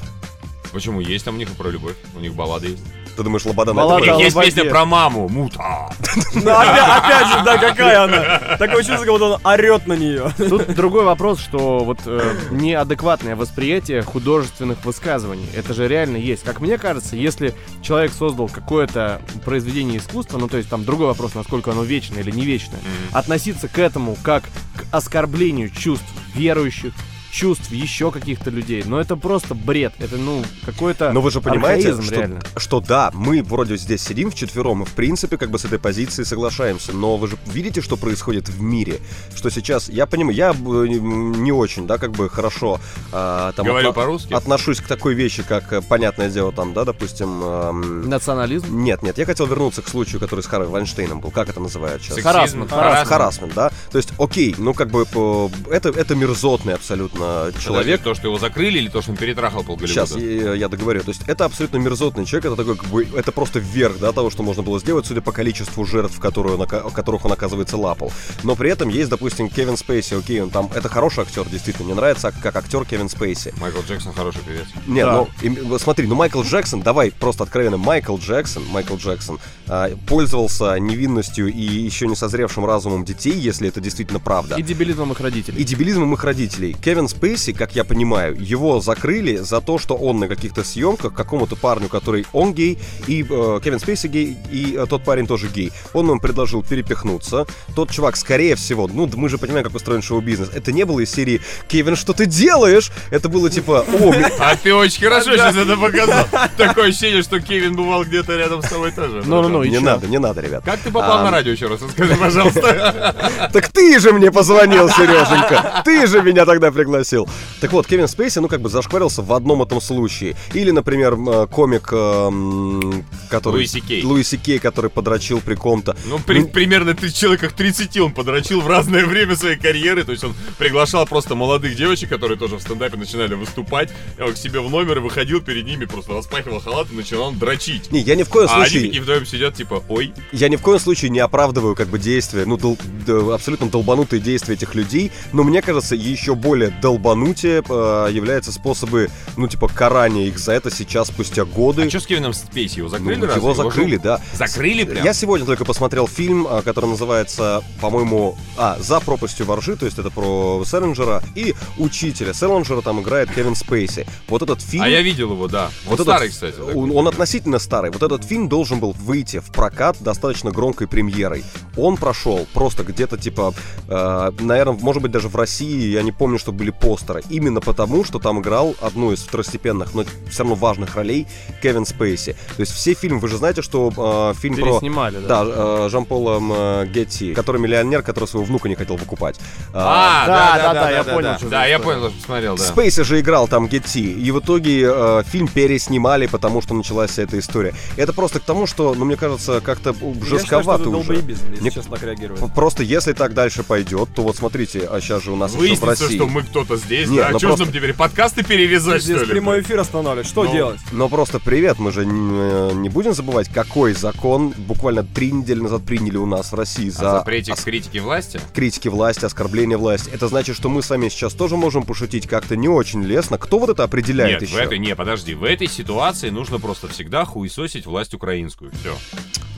Speaker 3: Почему? Есть там у них и про любовь. У них баллады есть.
Speaker 1: Ты думаешь, Лобода на это
Speaker 4: Баллада
Speaker 3: У
Speaker 1: поет?
Speaker 3: них есть
Speaker 4: Лободе.
Speaker 3: песня про маму. Мута.
Speaker 2: Ну, опя- опять же, да, какая она. Такое чувство, как будто он орет на нее.
Speaker 4: Тут другой вопрос, что вот э, неадекватное восприятие художественных высказываний. Это же реально есть. Как мне кажется, если человек создал какое-то произведение искусства, ну то есть там другой вопрос, насколько оно вечное или не вечное, относиться к этому как к оскорблению чувств верующих, чувств еще каких-то людей. Но это просто бред. Это, ну, какой-то
Speaker 1: Но вы же понимаете,
Speaker 4: архаизм
Speaker 1: что,
Speaker 4: реально.
Speaker 1: что да, мы вроде здесь сидим вчетвером и в принципе как бы с этой позиции соглашаемся, но вы же видите, что происходит в мире, что сейчас, я понимаю, я б, э, не очень, да, как бы хорошо а, там
Speaker 3: Говорю
Speaker 1: отно-
Speaker 3: по-русски.
Speaker 1: отношусь к такой вещи, как, э, понятное дело, там, да, допустим... эм,
Speaker 4: Национализм.
Speaker 1: Нет, нет, я хотел вернуться к случаю, который с Харви Вайнштейном был, как это называют сейчас?
Speaker 3: Сексизм,
Speaker 4: Харассмент,
Speaker 1: Харас-
Speaker 3: харассмент.
Speaker 1: Харассмент, да? То есть, окей, ну как бы по- это, это мерзотный абсолютно человек.
Speaker 3: Человек, то, что его закрыли, или то, что он перетрахал пол Голливуда?
Speaker 1: Сейчас я, я договорю. То есть это абсолютно мерзотный человек, это такой, как бы, это просто вверх, да, того, что можно было сделать, судя по количеству жертв, которую он ока- которых он, оказывается, лапал. Но при этом есть, допустим, Кевин Спейси, окей, он там, это хороший актер, действительно, мне нравится, а как актер Кевин Спейси.
Speaker 3: Майкл Джексон хороший певец.
Speaker 1: Не,
Speaker 4: Да.
Speaker 1: ну, им- смотри, ну Майкл Джексон, давай просто откровенно, Майкл Джексон, Майкл Джексон а, пользовался невинностью и еще не созревшим разумом детей, если это действительно правда.
Speaker 4: И дебилизмом их
Speaker 1: И
Speaker 4: родителей.
Speaker 1: дебилизмом их родителей. Кевин Спейси, как я понимаю, его закрыли за то, что он на каких-то съемках какому-то парню, который он гей, и э, Кевин Спейси гей, и э, тот парень тоже гей. Он им предложил перепихнуться. Тот чувак, скорее всего, ну д- мы же понимаем, как устроен шоу-бизнес. Это не было из серии «Кевин, что ты делаешь?» Это было типа «О, ми-
Speaker 3: А ты очень хорошо сейчас это показал. Такое ощущение, что Кевин бывал где-то рядом с тобой тоже. Ну,
Speaker 4: Ну-ну-ну, Ну и
Speaker 1: не
Speaker 4: чё?
Speaker 1: надо, не надо, ребят».
Speaker 3: Как ты попал
Speaker 1: ну, А.
Speaker 3: на радио еще раз? Расскажи, пожалуйста.
Speaker 1: Так ты же мне позвонил, Сереженька. Ты же меня тогда пригласил. Так вот, Кевин Спейси, ну, как бы зашкварился в одном этом случае. Или, например, м, э, комик, э, м, который...
Speaker 3: Луи Си Кей.
Speaker 1: Луи Си Кей, который подрочил при ком-то.
Speaker 3: Ну, при- примерно ты человеках 30 он подрочил в разное время своей карьеры. То есть он приглашал просто молодых девочек, которые тоже в стендапе начинали выступать, э, к себе в номер и выходил перед ними, просто распахивал халат и начинал дрочить.
Speaker 1: Не, я ни в коем
Speaker 3: А они
Speaker 1: случае...
Speaker 3: такие вдвоем сидят, типа, ой,
Speaker 1: Я ни в коем случае не оправдываю как бы действия, ну, дол- д- абсолютно долбанутые действия этих людей, но мне кажется, еще более долбанутие э, являются способы, ну, типа, карания их за это сейчас, спустя годы.
Speaker 3: А что с Кевином Спейси? Его
Speaker 1: Ну,
Speaker 3: закрыли разве?
Speaker 1: его
Speaker 3: же
Speaker 1: закрыли, да.
Speaker 3: Закрыли прям?
Speaker 1: Я сегодня только посмотрел фильм, а, который называется, по-моему, а, «За пропастью воржи», то есть это про Селлинджера и учителя. Селлинджера там играет Кевин Спейси. Вот этот фильм...
Speaker 3: А я видел его, да. Вот,
Speaker 1: этот-
Speaker 3: старый, кстати. такой.
Speaker 1: Он, он относительно старый. Вот этот фильм должен был выйти в прокат достаточно громкой премьерой. Он прошел просто где-то типа, наверное, может быть даже в России, я не помню, что были постеры. Именно потому, что там играл одну из второстепенных, но все равно важных ролей Кевин Спейси. То есть все фильмы, вы же знаете, что э, фильм про...
Speaker 4: Переснимали, да.
Speaker 1: Да, э, Жан-Пола м, Гетти, который миллионер, который своего внука не хотел выкупать. А,
Speaker 3: А,
Speaker 4: Да,
Speaker 3: да, да,
Speaker 4: да,
Speaker 3: да,
Speaker 4: да, я
Speaker 3: да,
Speaker 4: понял,
Speaker 3: да.
Speaker 4: что за
Speaker 3: Да, я
Speaker 4: история.
Speaker 3: понял, что смотрел, да.
Speaker 1: Спейси же играл там Гетти, и в итоге э, фильм переснимали, потому что началась вся эта история. Это просто к тому, что, ну, мне кажется, как-то у- жестковато
Speaker 2: Я считаю, что это
Speaker 1: уже.
Speaker 2: долбоебизм, если
Speaker 1: Мне-
Speaker 2: честно так реагировать.
Speaker 1: П- Просто если так дальше пойдет, то вот смотрите, а сейчас же у нас еще в
Speaker 3: Выяснится,
Speaker 1: России.
Speaker 3: что мы кто-то здесь,
Speaker 1: Нет,
Speaker 3: да.
Speaker 1: ну
Speaker 3: А что
Speaker 1: просто-
Speaker 3: нам теперь, подкасты перерезать,
Speaker 2: Здесь
Speaker 3: что ли?
Speaker 2: прямой эфир останавливать. Что
Speaker 3: Ну.
Speaker 2: делать?
Speaker 1: Но просто привет, мы же э, не, не будем забывать, какой закон буквально три недели назад приняли у нас в России
Speaker 3: О
Speaker 1: за а
Speaker 3: запрете критики власти?
Speaker 1: критики власти, оскорбления власти. Это значит, что мы с вами сейчас тоже можем пошутить как-то не очень лестно. Кто вот это определяет
Speaker 3: Нет, в
Speaker 1: еще?
Speaker 3: этой, не, подожди, в этой ситуации нужно просто всегда хуесосить власть украинскую, все.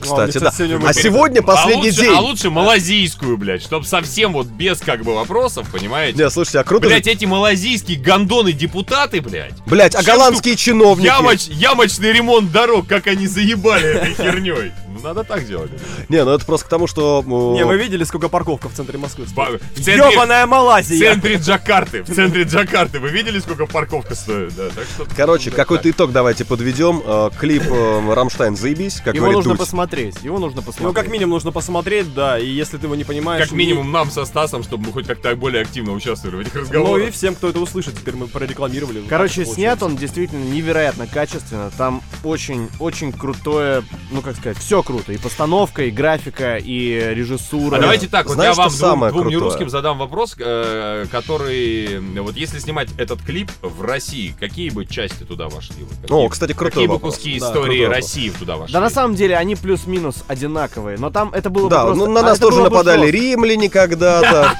Speaker 1: Кстати,
Speaker 2: Ладно,
Speaker 1: да.
Speaker 2: сегодня мы
Speaker 1: А сегодня последний
Speaker 3: а лучше,
Speaker 1: день.
Speaker 3: А лучше малазийскую, блядь, чтобы совсем вот без как бы вопросов, понимаете?
Speaker 1: Не, слушайте, а круто
Speaker 3: Блять,
Speaker 1: же...
Speaker 3: эти малазийские гондоны-депутаты, блядь.
Speaker 1: Блять, а
Speaker 3: Сейчас
Speaker 1: голландские чиновники.
Speaker 3: Ямоч- ямочный ремонт дорог, как они заебали этой херней. Надо так делать.
Speaker 1: Не, ну это просто к тому, что... м,
Speaker 2: Не, вы видели, сколько парковка в центре Москвы
Speaker 3: Ба-
Speaker 2: стоит?
Speaker 3: в центре-
Speaker 2: Ёбаная
Speaker 3: В
Speaker 2: Малайзия!
Speaker 3: центре Джакарты, в центре Джакарты. Вы видели, сколько парковка стоит? Да, так что...
Speaker 1: Короче, какой-то итог давайте подведем. Э, Клип э, «Рамштайн, заебись», как
Speaker 4: Его
Speaker 1: говорит
Speaker 4: нужно
Speaker 1: Дудь.
Speaker 4: посмотреть, его нужно посмотреть.
Speaker 2: Ну, как минимум, нужно посмотреть, да, и если ты его не понимаешь...
Speaker 3: Как
Speaker 2: не-
Speaker 3: минимум нам со Стасом, чтобы мы хоть как-то более активно участвовали в этих
Speaker 2: Ну и
Speaker 3: разговорах.
Speaker 2: всем, кто это услышит, теперь мы прорекламировали. Вот
Speaker 4: Короче,
Speaker 2: так вот
Speaker 4: снят
Speaker 2: получилось.
Speaker 4: он действительно невероятно качественно. Там очень, очень крутое, ну как сказать, все круто. И постановка, и графика, и режиссура.
Speaker 3: А давайте так, вот я
Speaker 1: Знаешь,
Speaker 3: вам
Speaker 1: что
Speaker 3: двум,
Speaker 1: самое
Speaker 3: двум
Speaker 1: крутое?
Speaker 3: нерусским задам вопрос, э, который, э, вот если снимать этот клип в России, какие бы части туда вошли? Вот какие-
Speaker 1: О, кстати,
Speaker 3: Какие
Speaker 1: крутой
Speaker 3: бы
Speaker 1: вопрос.
Speaker 3: куски
Speaker 2: Да,
Speaker 3: истории
Speaker 1: крутой вопрос.
Speaker 3: России туда вошли?
Speaker 4: Да на самом деле они плюс-минус одинаковые, но там это было бы
Speaker 1: Да,
Speaker 4: просто-
Speaker 1: ну, на
Speaker 4: а
Speaker 1: нас
Speaker 4: это
Speaker 1: тоже
Speaker 4: было бы
Speaker 1: нападали
Speaker 4: жестко.
Speaker 1: римляне когда-то.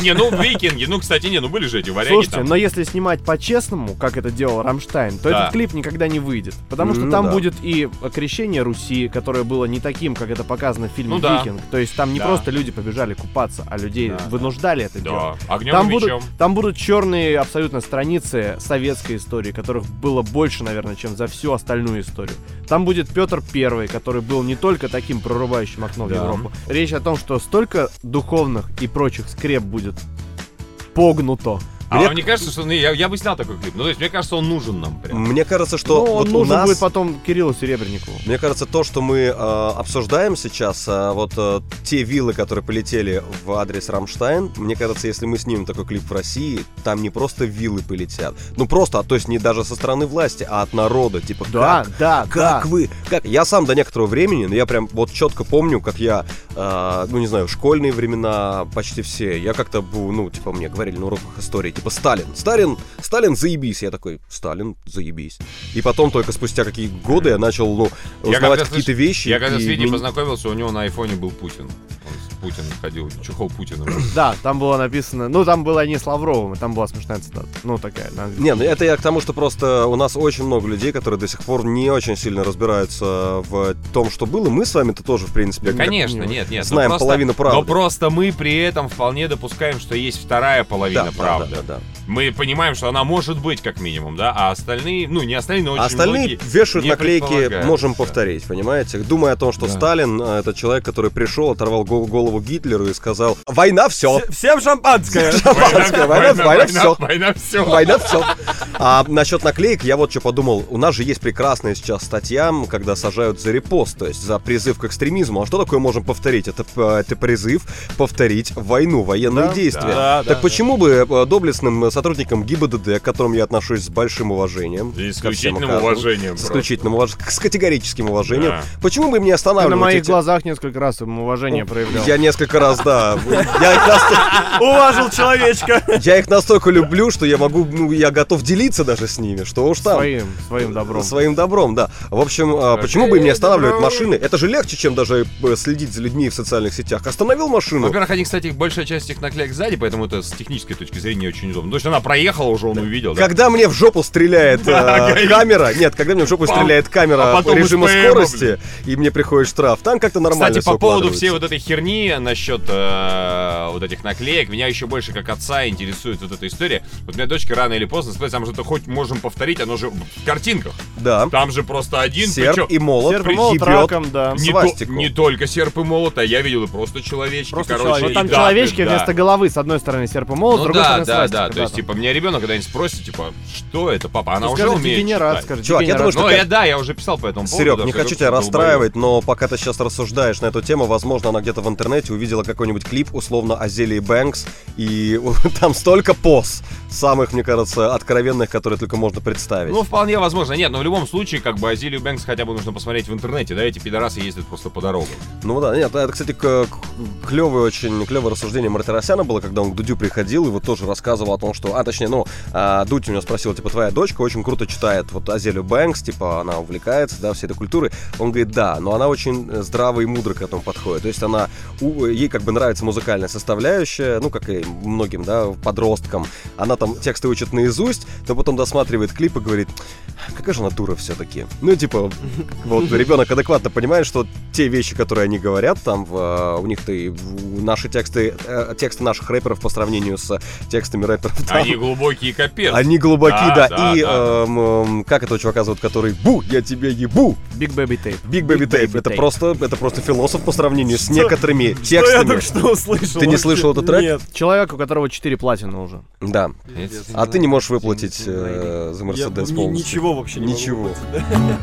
Speaker 3: Не, ну викинги, ну кстати, не, ну были же эти варяги
Speaker 4: Слушайте, ну,
Speaker 3: там.
Speaker 4: но если снимать по-честному, как это делал Рамштайн, то
Speaker 3: Да.
Speaker 4: этот клип никогда не выйдет. Потому что
Speaker 1: Ну
Speaker 4: там
Speaker 1: да.
Speaker 4: будет и крещение Руси, которое было не таким, как это показано в фильме
Speaker 3: Ну да.
Speaker 4: Викинг. То есть там не
Speaker 3: Да.
Speaker 4: просто люди побежали купаться, а людей
Speaker 3: Да, да.
Speaker 4: вынуждали это делать.
Speaker 3: Да, огнем
Speaker 4: Там
Speaker 3: и
Speaker 4: будут,
Speaker 3: мечом.
Speaker 4: там будут черные абсолютно страницы советской истории, которых было больше, наверное, чем за всю остальную историю. Там будет Петр Первый, который был не только таким прорывающим окном в
Speaker 3: Да.
Speaker 4: Европу. Речь о том, что столько духовных и прочих скреп будет погнуто.
Speaker 3: А
Speaker 1: Мне-
Speaker 3: вам не кажется, что ну, я, я бы снял такой клип? Ну, то есть, мне кажется, он нужен нам прям.
Speaker 1: Мне кажется,
Speaker 4: Ну,
Speaker 1: что
Speaker 4: он
Speaker 1: вот у
Speaker 4: нужен
Speaker 1: нас...
Speaker 4: будет потом Кириллу Серебренникову.
Speaker 1: Мне кажется, то, что мы э, обсуждаем сейчас, э, вот э, те виллы, которые полетели в адрес Рамштайн, мне кажется, если мы снимем такой клип в России, там не просто виллы полетят. Ну просто, а то есть не даже со стороны власти, а от народа. Типа,
Speaker 4: Да,
Speaker 1: как?
Speaker 4: да,
Speaker 1: Как
Speaker 4: да.
Speaker 1: вы? Как? Я сам до некоторого времени, но я прям вот четко помню, как я, э, ну не знаю, в школьные времена почти все, я как-то, был, ну типа мне говорили на уроках истории, типа Сталин, Сталин, Сталин, заебись. Я такой, Сталин, заебись. И потом только спустя какие годы я начал, ну,
Speaker 3: Я
Speaker 1: узнавать
Speaker 3: когда
Speaker 1: какие-то
Speaker 3: слыш-
Speaker 1: вещи.
Speaker 3: Я когда
Speaker 1: и
Speaker 3: с Витей
Speaker 1: мне-
Speaker 3: познакомился, у него на айфоне был Путин. Он с Путиным ходил, чухол Путина.
Speaker 4: Да, там было написано, ну там было не с Лавровым, там была смешная цитата. Ну такая, на английском.
Speaker 1: Не, ну это я к тому, что просто у нас очень много людей, которые до сих пор не очень сильно разбираются в том, что было. Мы с вами-то тоже, в принципе,
Speaker 3: Да,
Speaker 1: как-
Speaker 3: конечно,
Speaker 4: нет.
Speaker 3: нет, нет. но
Speaker 1: знаем
Speaker 3: просто-
Speaker 1: половину правды.
Speaker 3: Но просто мы при этом вполне допускаем, что есть вторая
Speaker 1: Да,
Speaker 3: половина
Speaker 1: да,
Speaker 3: правды.
Speaker 1: да, да, да.
Speaker 3: Мы понимаем, что она может быть как минимум, да, а остальные, ну не остальные, но
Speaker 1: А
Speaker 3: очень
Speaker 1: остальные
Speaker 3: многие
Speaker 1: вешают
Speaker 3: не
Speaker 1: наклейки
Speaker 3: предполагают,
Speaker 1: «можем
Speaker 3: да.
Speaker 1: повторить», понимаете? Думая о том, что
Speaker 3: Да.
Speaker 1: Сталин — это человек, который пришел, оторвал го- голову Гитлеру и сказал «Война — все!»
Speaker 2: Все- Всем шампанское!
Speaker 1: Война, война, война, все.
Speaker 3: Война, все.
Speaker 1: Война все. А насчет наклеек я вот что подумал. У нас же есть прекрасная сейчас статья, м, когда сажают за репост, то есть за призыв к экстремизму. А что такое можем повторить? Это, э, это призыв повторить войну, военные
Speaker 4: Да,
Speaker 1: действия.
Speaker 2: да, да,
Speaker 1: так
Speaker 2: да.
Speaker 1: почему бы э, доблестным сотрудникам ГИБДД, к которым я отношусь с большим уважением,
Speaker 3: И
Speaker 1: ко всем
Speaker 3: Исключительным
Speaker 1: оказываю,
Speaker 3: уважением.
Speaker 1: с
Speaker 3: просто.
Speaker 1: исключительным уважением, с категорическим уважением,
Speaker 3: Да.
Speaker 1: почему бы мне
Speaker 4: Ты
Speaker 1: останавливать
Speaker 4: на моих
Speaker 1: эти-
Speaker 4: глазах несколько раз им уважение проявлял.
Speaker 1: Я несколько раз, да. Я их наста-
Speaker 2: Уважил человечка!
Speaker 1: я их настолько люблю, что я могу, ну, я готов делиться даже с ними, что уж там.
Speaker 4: Своим, своим добром.
Speaker 1: Своим добром, да. В общем, а, почему бы им не останавливать машины? Это же легче, чем даже э, следить за людьми в социальных сетях. Остановил машину?
Speaker 3: Во-первых, они, кстати, большая часть их наклеек сзади, поэтому это с технической точки зрения очень удобно. То есть она проехала уже, он увидел. да?
Speaker 1: Когда мне в жопу стреляет э, камера, нет, когда мне в жопу
Speaker 3: Пам.
Speaker 1: стреляет
Speaker 3: А
Speaker 1: камера
Speaker 3: потом
Speaker 1: режима
Speaker 3: из ПМ,
Speaker 1: скорости, и мне приходит штраф, там как-то нормально
Speaker 3: Кстати,
Speaker 1: всё
Speaker 3: по поводу всей
Speaker 1: укладывается.
Speaker 3: вот этой херни насчет э, вот этих наклеек, меня еще больше как отца интересует вот эта история. Вот у меня дочка рано или поздно спросит, там же-то хоть можем повторить, оно же в картинках.
Speaker 1: Да,
Speaker 3: Там же просто один,
Speaker 1: серп
Speaker 3: причем
Speaker 1: и молот,
Speaker 4: Серп и молот
Speaker 1: ебёт.
Speaker 4: раком, да.
Speaker 3: не, то-
Speaker 1: свастику.
Speaker 3: не только серп и молот, а я видел и просто человечки,
Speaker 2: Просто
Speaker 3: короче.
Speaker 2: человечки.
Speaker 3: и
Speaker 4: Там
Speaker 3: даты,
Speaker 4: человечки
Speaker 3: да.
Speaker 4: вместо головы с одной стороны серп и молот, с
Speaker 3: Ну
Speaker 4: другой
Speaker 3: да,
Speaker 4: стороны
Speaker 3: да,
Speaker 4: свастика,
Speaker 3: да. То есть,
Speaker 4: там.
Speaker 3: типа, меня ребенок когда-нибудь спросит, типа, что это, папа? Она
Speaker 4: Ну,
Speaker 3: уже
Speaker 4: скажи,
Speaker 3: умеет
Speaker 4: дегенерат,
Speaker 3: читать.
Speaker 4: скажи,
Speaker 1: Чувак, я
Speaker 4: дегенерат.
Speaker 1: думаю, что
Speaker 3: Ну,
Speaker 1: как-
Speaker 3: я, да, я уже писал по этому поводу.
Speaker 1: Серег,
Speaker 3: даже
Speaker 1: не хочу
Speaker 3: какой-то
Speaker 1: тебя
Speaker 3: долбоеб.
Speaker 1: расстраивать, но пока ты сейчас рассуждаешь на эту тему, возможно, она где-то в интернете увидела какой-нибудь клип, условно, о Зелии Бэнкс, и там столько поз самых, мне кажется, откровенных, которые только можно представить.
Speaker 3: Ну, вполне возможно. Нет, но в любом случае, как бы Азилию Бэнкс хотя бы нужно посмотреть в интернете, да, эти пидорасы ездят просто по дорогам.
Speaker 1: Ну да, нет, это, кстати, к- к- клевое очень клевое рассуждение Мартиросяна было, когда он к Дудю приходил и вот тоже рассказывал о том, что, а, точнее, ну, а, Дудь у него спросил, типа, твоя дочка очень круто читает вот Азелю Бэнкс, типа, она увлекается, да, всей этой культурой. Он говорит, да, но она очень э, здраво и мудро к этому подходит. То есть она, у- ей как бы нравится музыкальная составляющая, ну, как и многим, да, подросткам. Она там тексты учит наизусть, но потом досматривает клип и говорит, какая же она дура все-таки. Ну, типа, вот ребенок адекватно понимает, что те вещи, которые они говорят, там в, э, у них-то и в- наши тексты, э, тексты наших рэперов по сравнению с э, текстами рэперов там,
Speaker 3: Они глубокие капец.
Speaker 1: они глубоки, да.
Speaker 3: Да, да,
Speaker 1: и
Speaker 3: да.
Speaker 1: эм, эм, как этого чувака зовут, который Бу, я тебе ебу!
Speaker 4: Big Baby Tape.
Speaker 1: Биг Baby Тейп.
Speaker 4: Baby
Speaker 1: Это
Speaker 4: Tape.
Speaker 1: просто, это просто философ по сравнению с
Speaker 2: Что?
Speaker 1: некоторыми
Speaker 2: Что я
Speaker 1: текстами.
Speaker 2: только что услышал?
Speaker 1: Ты не
Speaker 2: вообще?
Speaker 1: слышал этот трек?
Speaker 2: Нет.
Speaker 4: Человек, у которого 4 платина уже.
Speaker 1: Да.
Speaker 3: Пиздец.
Speaker 1: А ты не можешь выплатить э, за
Speaker 2: Я-
Speaker 1: Мерседес
Speaker 2: ни-
Speaker 1: полностью.
Speaker 2: Ничего вообще не могу
Speaker 1: Ничего.
Speaker 2: выплатить, да.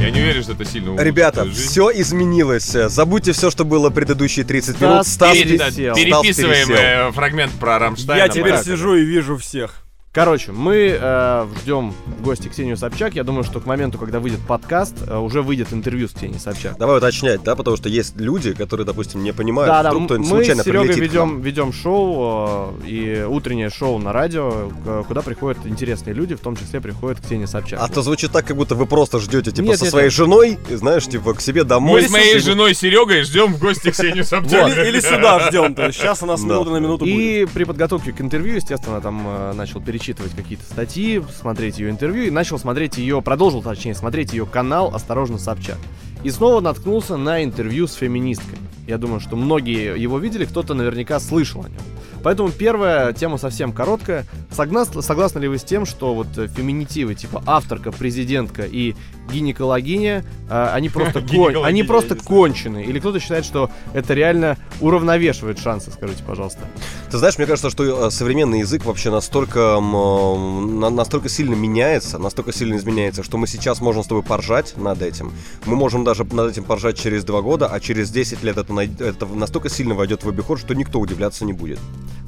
Speaker 3: Я не уверен, что это сильно улучшит
Speaker 1: Ребята,
Speaker 3: твою жизнь.
Speaker 1: все изменилось. Забудьте все, что было предыдущие 30 минут.
Speaker 4: Стас
Speaker 1: Стас
Speaker 3: Пере-
Speaker 4: пере-
Speaker 3: да,
Speaker 4: пересел.
Speaker 3: Переписываем
Speaker 1: Стас пересел.
Speaker 3: э, фрагмент про Рамштайна.
Speaker 2: Я теперь
Speaker 3: правильно?
Speaker 2: сижу и вижу всех.
Speaker 4: Короче, мы э, ждем в гости Ксению Собчак. Я думаю, что к моменту, когда выйдет подкаст, э, уже выйдет интервью с Ксенией Собчак.
Speaker 1: Давай уточнять, да, потому что есть люди, которые, допустим, не понимают,
Speaker 4: Да, да,
Speaker 1: вдруг
Speaker 4: м-
Speaker 1: кто-нибудь
Speaker 4: мы
Speaker 1: случайно
Speaker 4: с Серегой
Speaker 1: прилетит к нам.
Speaker 4: ведем, ведем шоу э, и утреннее шоу на радио, к- куда приходят интересные люди, в том числе приходит Ксения Собчак.
Speaker 1: А то звучит так, как будто вы просто ждете, типа,
Speaker 4: Нет,
Speaker 1: со
Speaker 4: нет,
Speaker 1: своей
Speaker 4: нет.
Speaker 1: женой, и, знаешь, типа, к себе
Speaker 3: Мы
Speaker 1: домой. Типа,
Speaker 3: с моей женой Серегой ждем в гости Ксению Собчак.
Speaker 2: Или или сюда ждем. То есть сейчас у нас
Speaker 1: Да.
Speaker 2: минута на минуту будет.
Speaker 4: И при подготовке к интервью, естественно, там э, начал перечитывать какие-то статьи, смотреть ее интервью и начал смотреть ее, продолжил, точнее, смотреть ее канал «Осторожно, Собчак». И снова наткнулся на интервью с феминисткой. Я думаю, что многие его видели, кто-то наверняка слышал о нем. Поэтому первая тема совсем короткая. Согласны, согласны ли вы с тем, что вот э, феминитивы типа авторка, президентка и гинекологиня, э, они просто, кон- они
Speaker 3: Гинекологиня,
Speaker 4: просто
Speaker 3: я не знаю.
Speaker 4: кончены? Или кто-то считает, что это реально уравновешивает шансы, скажите, пожалуйста.
Speaker 1: Ты знаешь, мне кажется, что э, современный язык вообще настолько, м, э, на- настолько сильно меняется, настолько сильно изменяется, что мы сейчас можем с тобой поржать над этим. Мы можем даже над этим поржать через два года, а через 10 лет это, най- это настолько сильно войдет в обиход, что никто удивляться не будет.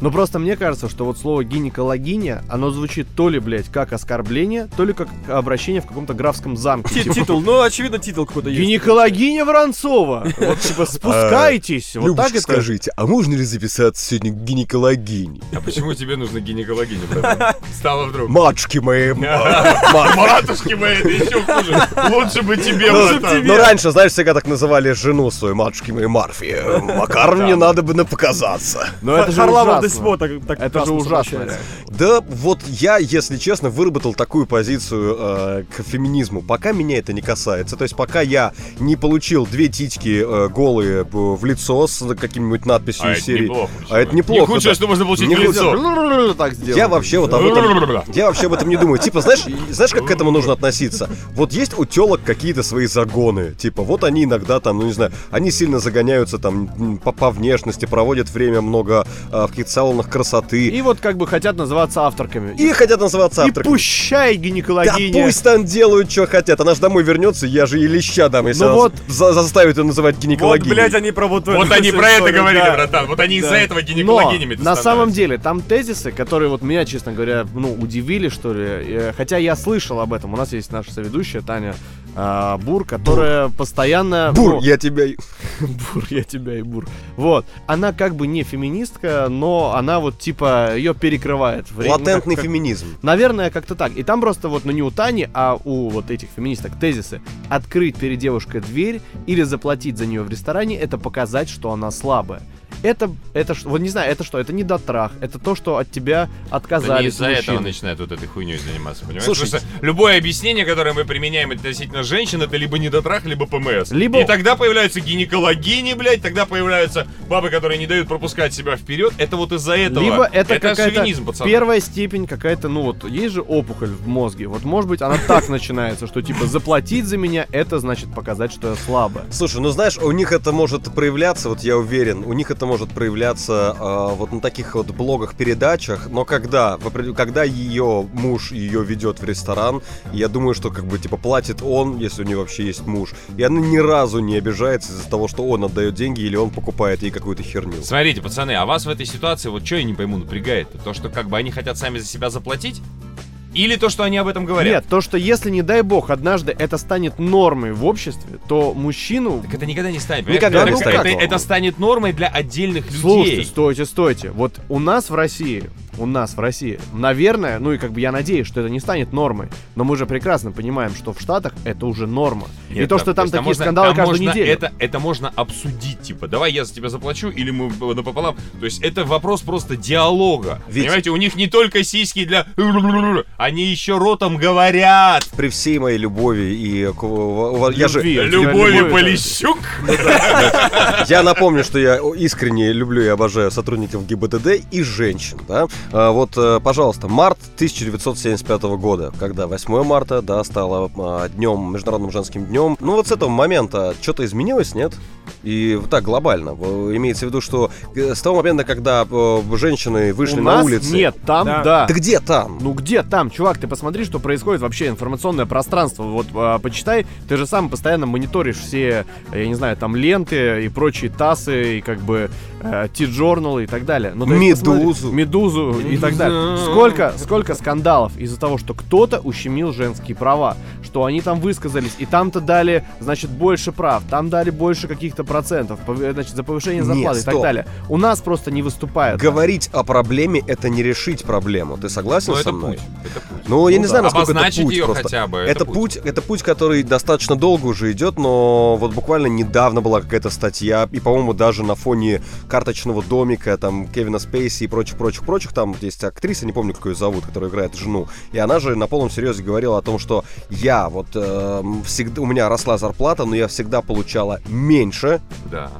Speaker 4: Но просто мне кажется, что вот слово гинекологиня, оно звучит то ли, блядь, как оскорбление, то ли как обращение в каком-то графском замке.
Speaker 2: Ти-
Speaker 4: Типа,
Speaker 2: Титул, ну, очевидно, титул какой-то есть.
Speaker 4: Гинекологиня Воронцова! Вот типа спускайтесь! Вот так это.
Speaker 1: скажите, а можно ли записаться сегодня к гинекологине?
Speaker 3: А почему тебе нужно гинекологиня, брат? Стало вдруг.
Speaker 1: Матушки мои,
Speaker 3: Матушки мои, это еще хуже. Лучше бы тебе, братан.
Speaker 1: Ну, раньше, знаешь, всегда так называли жену свою, матушки моей Марфи. Макар, мне надо бы на показаться.
Speaker 4: Но это же
Speaker 2: Харламов
Speaker 4: ужасно.
Speaker 2: Деспот так- так
Speaker 4: Это же
Speaker 2: классно
Speaker 4: ужасно.
Speaker 2: сокращается.
Speaker 1: Да, вот я, если честно, выработал такую позицию э, к феминизму. Пока меня это не касается. То есть, пока я не получил две титьки э, голые э, в лицо с каким-нибудь надписью
Speaker 3: А
Speaker 1: из
Speaker 3: это
Speaker 1: серии.
Speaker 3: неплохо.
Speaker 1: а это неплохо.
Speaker 3: Не худшее,
Speaker 1: да.
Speaker 3: что можно получить в
Speaker 1: Не
Speaker 3: лицо.
Speaker 4: реально. Так сделано.
Speaker 1: Я вообще вот об этом... Я вообще об этом не думаю. Типа, знаешь, и- знаешь, как к этому нужно относиться? Вот есть у телок какие-то свои загоны. Типа, вот они иногда там, ну не знаю, они сильно загоняются там м, по, по внешности, проводят время много а, в каких-то салонах красоты.
Speaker 4: И вот как бы хотят называться авторками.
Speaker 1: И, хотят называться
Speaker 4: И
Speaker 1: авторками.
Speaker 4: пущай
Speaker 1: Да
Speaker 4: гинекологиня.
Speaker 1: пусть там делают, что хотят. Она же домой вернется, я же ей леща дам, если
Speaker 4: Ну
Speaker 1: она
Speaker 4: вот.
Speaker 1: за- заставит ее называть
Speaker 2: Вот,
Speaker 1: гинекологией.
Speaker 2: блядь, они про вот
Speaker 4: Ну,
Speaker 3: Вот
Speaker 2: эту
Speaker 3: они
Speaker 2: всю
Speaker 3: про это
Speaker 2: историю,
Speaker 3: говорили,
Speaker 2: да.
Speaker 3: братан. Вот они из-за
Speaker 2: Да.
Speaker 3: этого
Speaker 4: Но
Speaker 3: гинекологинями
Speaker 4: на самом деле там тезисы, которые вот меня, честно говоря, ну удивили что ли. Э, Хотя я слышал об этом. У нас есть наша соведущая Таня э, Бур, которая постоянно.
Speaker 1: Бур,
Speaker 4: ну,
Speaker 1: я тебя...
Speaker 4: Бур, я тебя и бур. Вот. Она как бы не феминистка, но она вот типа ее перекрывает. Время, ну, как-
Speaker 1: Латентный
Speaker 4: как-
Speaker 1: феминизм.
Speaker 4: Наверное, как-то так. И там просто вот, ну не у Тани, а у вот этих феминисток тезисы. Открыть перед девушкой дверь или заплатить за нее в ресторане, это показать, что она слабая. Это, это, ш- вот не знаю, это что, это не дотрах, это то, что от тебя
Speaker 3: Да не
Speaker 4: отказались
Speaker 3: из-за этого
Speaker 4: мужчины.
Speaker 3: начинают вот этой хуйней заниматься, понимаешь?
Speaker 1: Слушайте.
Speaker 3: Потому что любое объяснение, которое мы применяем относительно женщин, это либо недотрах, либо ПМС.
Speaker 4: Либо-
Speaker 3: И тогда появляются гинекологини, блядь, тогда появляются бабы, которые не дают пропускать себя вперед. Это вот из-за этого.
Speaker 4: Либо это,
Speaker 3: шовинизм,
Speaker 4: какая-то
Speaker 3: пацаны.
Speaker 4: первая степень какая-то, ну вот, есть же опухоль в мозге, вот может быть она так начинается, что типа заплатить за меня, это значит показать, что я слабая.
Speaker 1: Слушай, ну знаешь, у них это может проявляться, вот я уверен, у них это может проявляться э, вот на таких вот блогах, передачах, но когда, в определен- когда ее муж ее ведет в ресторан, я думаю, что как бы типа платит он, если у нее вообще есть муж, и она ни разу не обижается из-за того, что он отдает деньги или он покупает ей какую-то херню.
Speaker 3: Смотрите, пацаны, а вас в этой ситуации вот что я не пойму напрягает? То, что как бы они хотят сами за себя заплатить? Или то, что они об этом говорят?
Speaker 4: Нет, то, что если, не дай бог, однажды это станет нормой в обществе, то мужчину...
Speaker 3: Так это никогда не станет.
Speaker 1: Никогда
Speaker 3: понимаешь?
Speaker 4: не
Speaker 3: Это-
Speaker 1: станет.
Speaker 3: Это, это станет нормой для отдельных людей.
Speaker 4: Слушайте, стойте, стойте. Вот у нас в России, у нас в России, наверное, ну и как бы я надеюсь, что это не станет нормой, но мы же прекрасно понимаем, что в Штатах это уже норма. и
Speaker 3: Нет,
Speaker 4: то, что там
Speaker 3: есть
Speaker 4: такие скандалы
Speaker 3: там
Speaker 4: каждую
Speaker 3: можно
Speaker 4: неделю.
Speaker 3: Это, это можно обсудить, типа, давай я за тебя заплачу, или мы б- напополам. То есть это вопрос просто диалога.
Speaker 1: Ведь-
Speaker 3: Понимаете, у них не только сиськи для... Они еще ротом говорят.
Speaker 1: При всей моей любови и... к- в- в- Я же,
Speaker 4: Любви. Я тебя
Speaker 3: Любови
Speaker 4: люблю,
Speaker 3: Полищук.
Speaker 1: Я напомню, что я искренне люблю и обожаю сотрудников ГИБДД и женщин, да. А Вот, э, пожалуйста, март 1975 года, когда 8 марта, да, стало а, днем, международным женским днем. Ну вот с этого момента что-то изменилось, нет? И вот так глобально. В- Имеется в виду, что э, с того момента, когда э, женщины вышли
Speaker 4: у
Speaker 1: на
Speaker 4: нас
Speaker 1: улицы...
Speaker 4: Нет, там,
Speaker 2: Да.
Speaker 4: да.
Speaker 1: Ты где там?
Speaker 4: Ну где там, чувак, ты посмотри, что происходит вообще информационное пространство. Вот а, почитай, ты же сам постоянно мониторишь все, я не знаю, там ленты и прочие тассы, и как бы э, T-Journal и так далее. Ну, то есть посмотри-
Speaker 1: Медузу.
Speaker 4: Медузу и так далее. Сколько, сколько скандалов из-за того, что кто-то ущемил женские права, что они там высказались, и там-то дали, значит, больше прав, там дали больше каких-то процентов, пов- э, значит, за повышение
Speaker 1: Не,
Speaker 4: зарплаты и так
Speaker 1: стоп.
Speaker 4: далее. У нас просто не выступает.
Speaker 1: Говорить о проблеме — это не решить проблему. Ты согласен
Speaker 3: Ну,
Speaker 1: со
Speaker 3: это
Speaker 1: мной?
Speaker 3: путь. Это путь.
Speaker 1: Ну, я не знаю, насколько это
Speaker 3: Обозначить
Speaker 1: путь
Speaker 3: ее
Speaker 1: просто.
Speaker 3: хотя бы.
Speaker 1: Это путь, это путь, который достаточно долго уже идет, но вот буквально недавно была какая-то статья, и, по-моему, даже на фоне карточного домика, там, Кевина Спейси и прочих-прочих-прочих, там есть актриса, не помню, как ее зовут, которая играет жену, и она же на полном серьезе говорила о том, что я вот эм, всегда, у меня росла зарплата, но я всегда получала меньше,
Speaker 3: Да.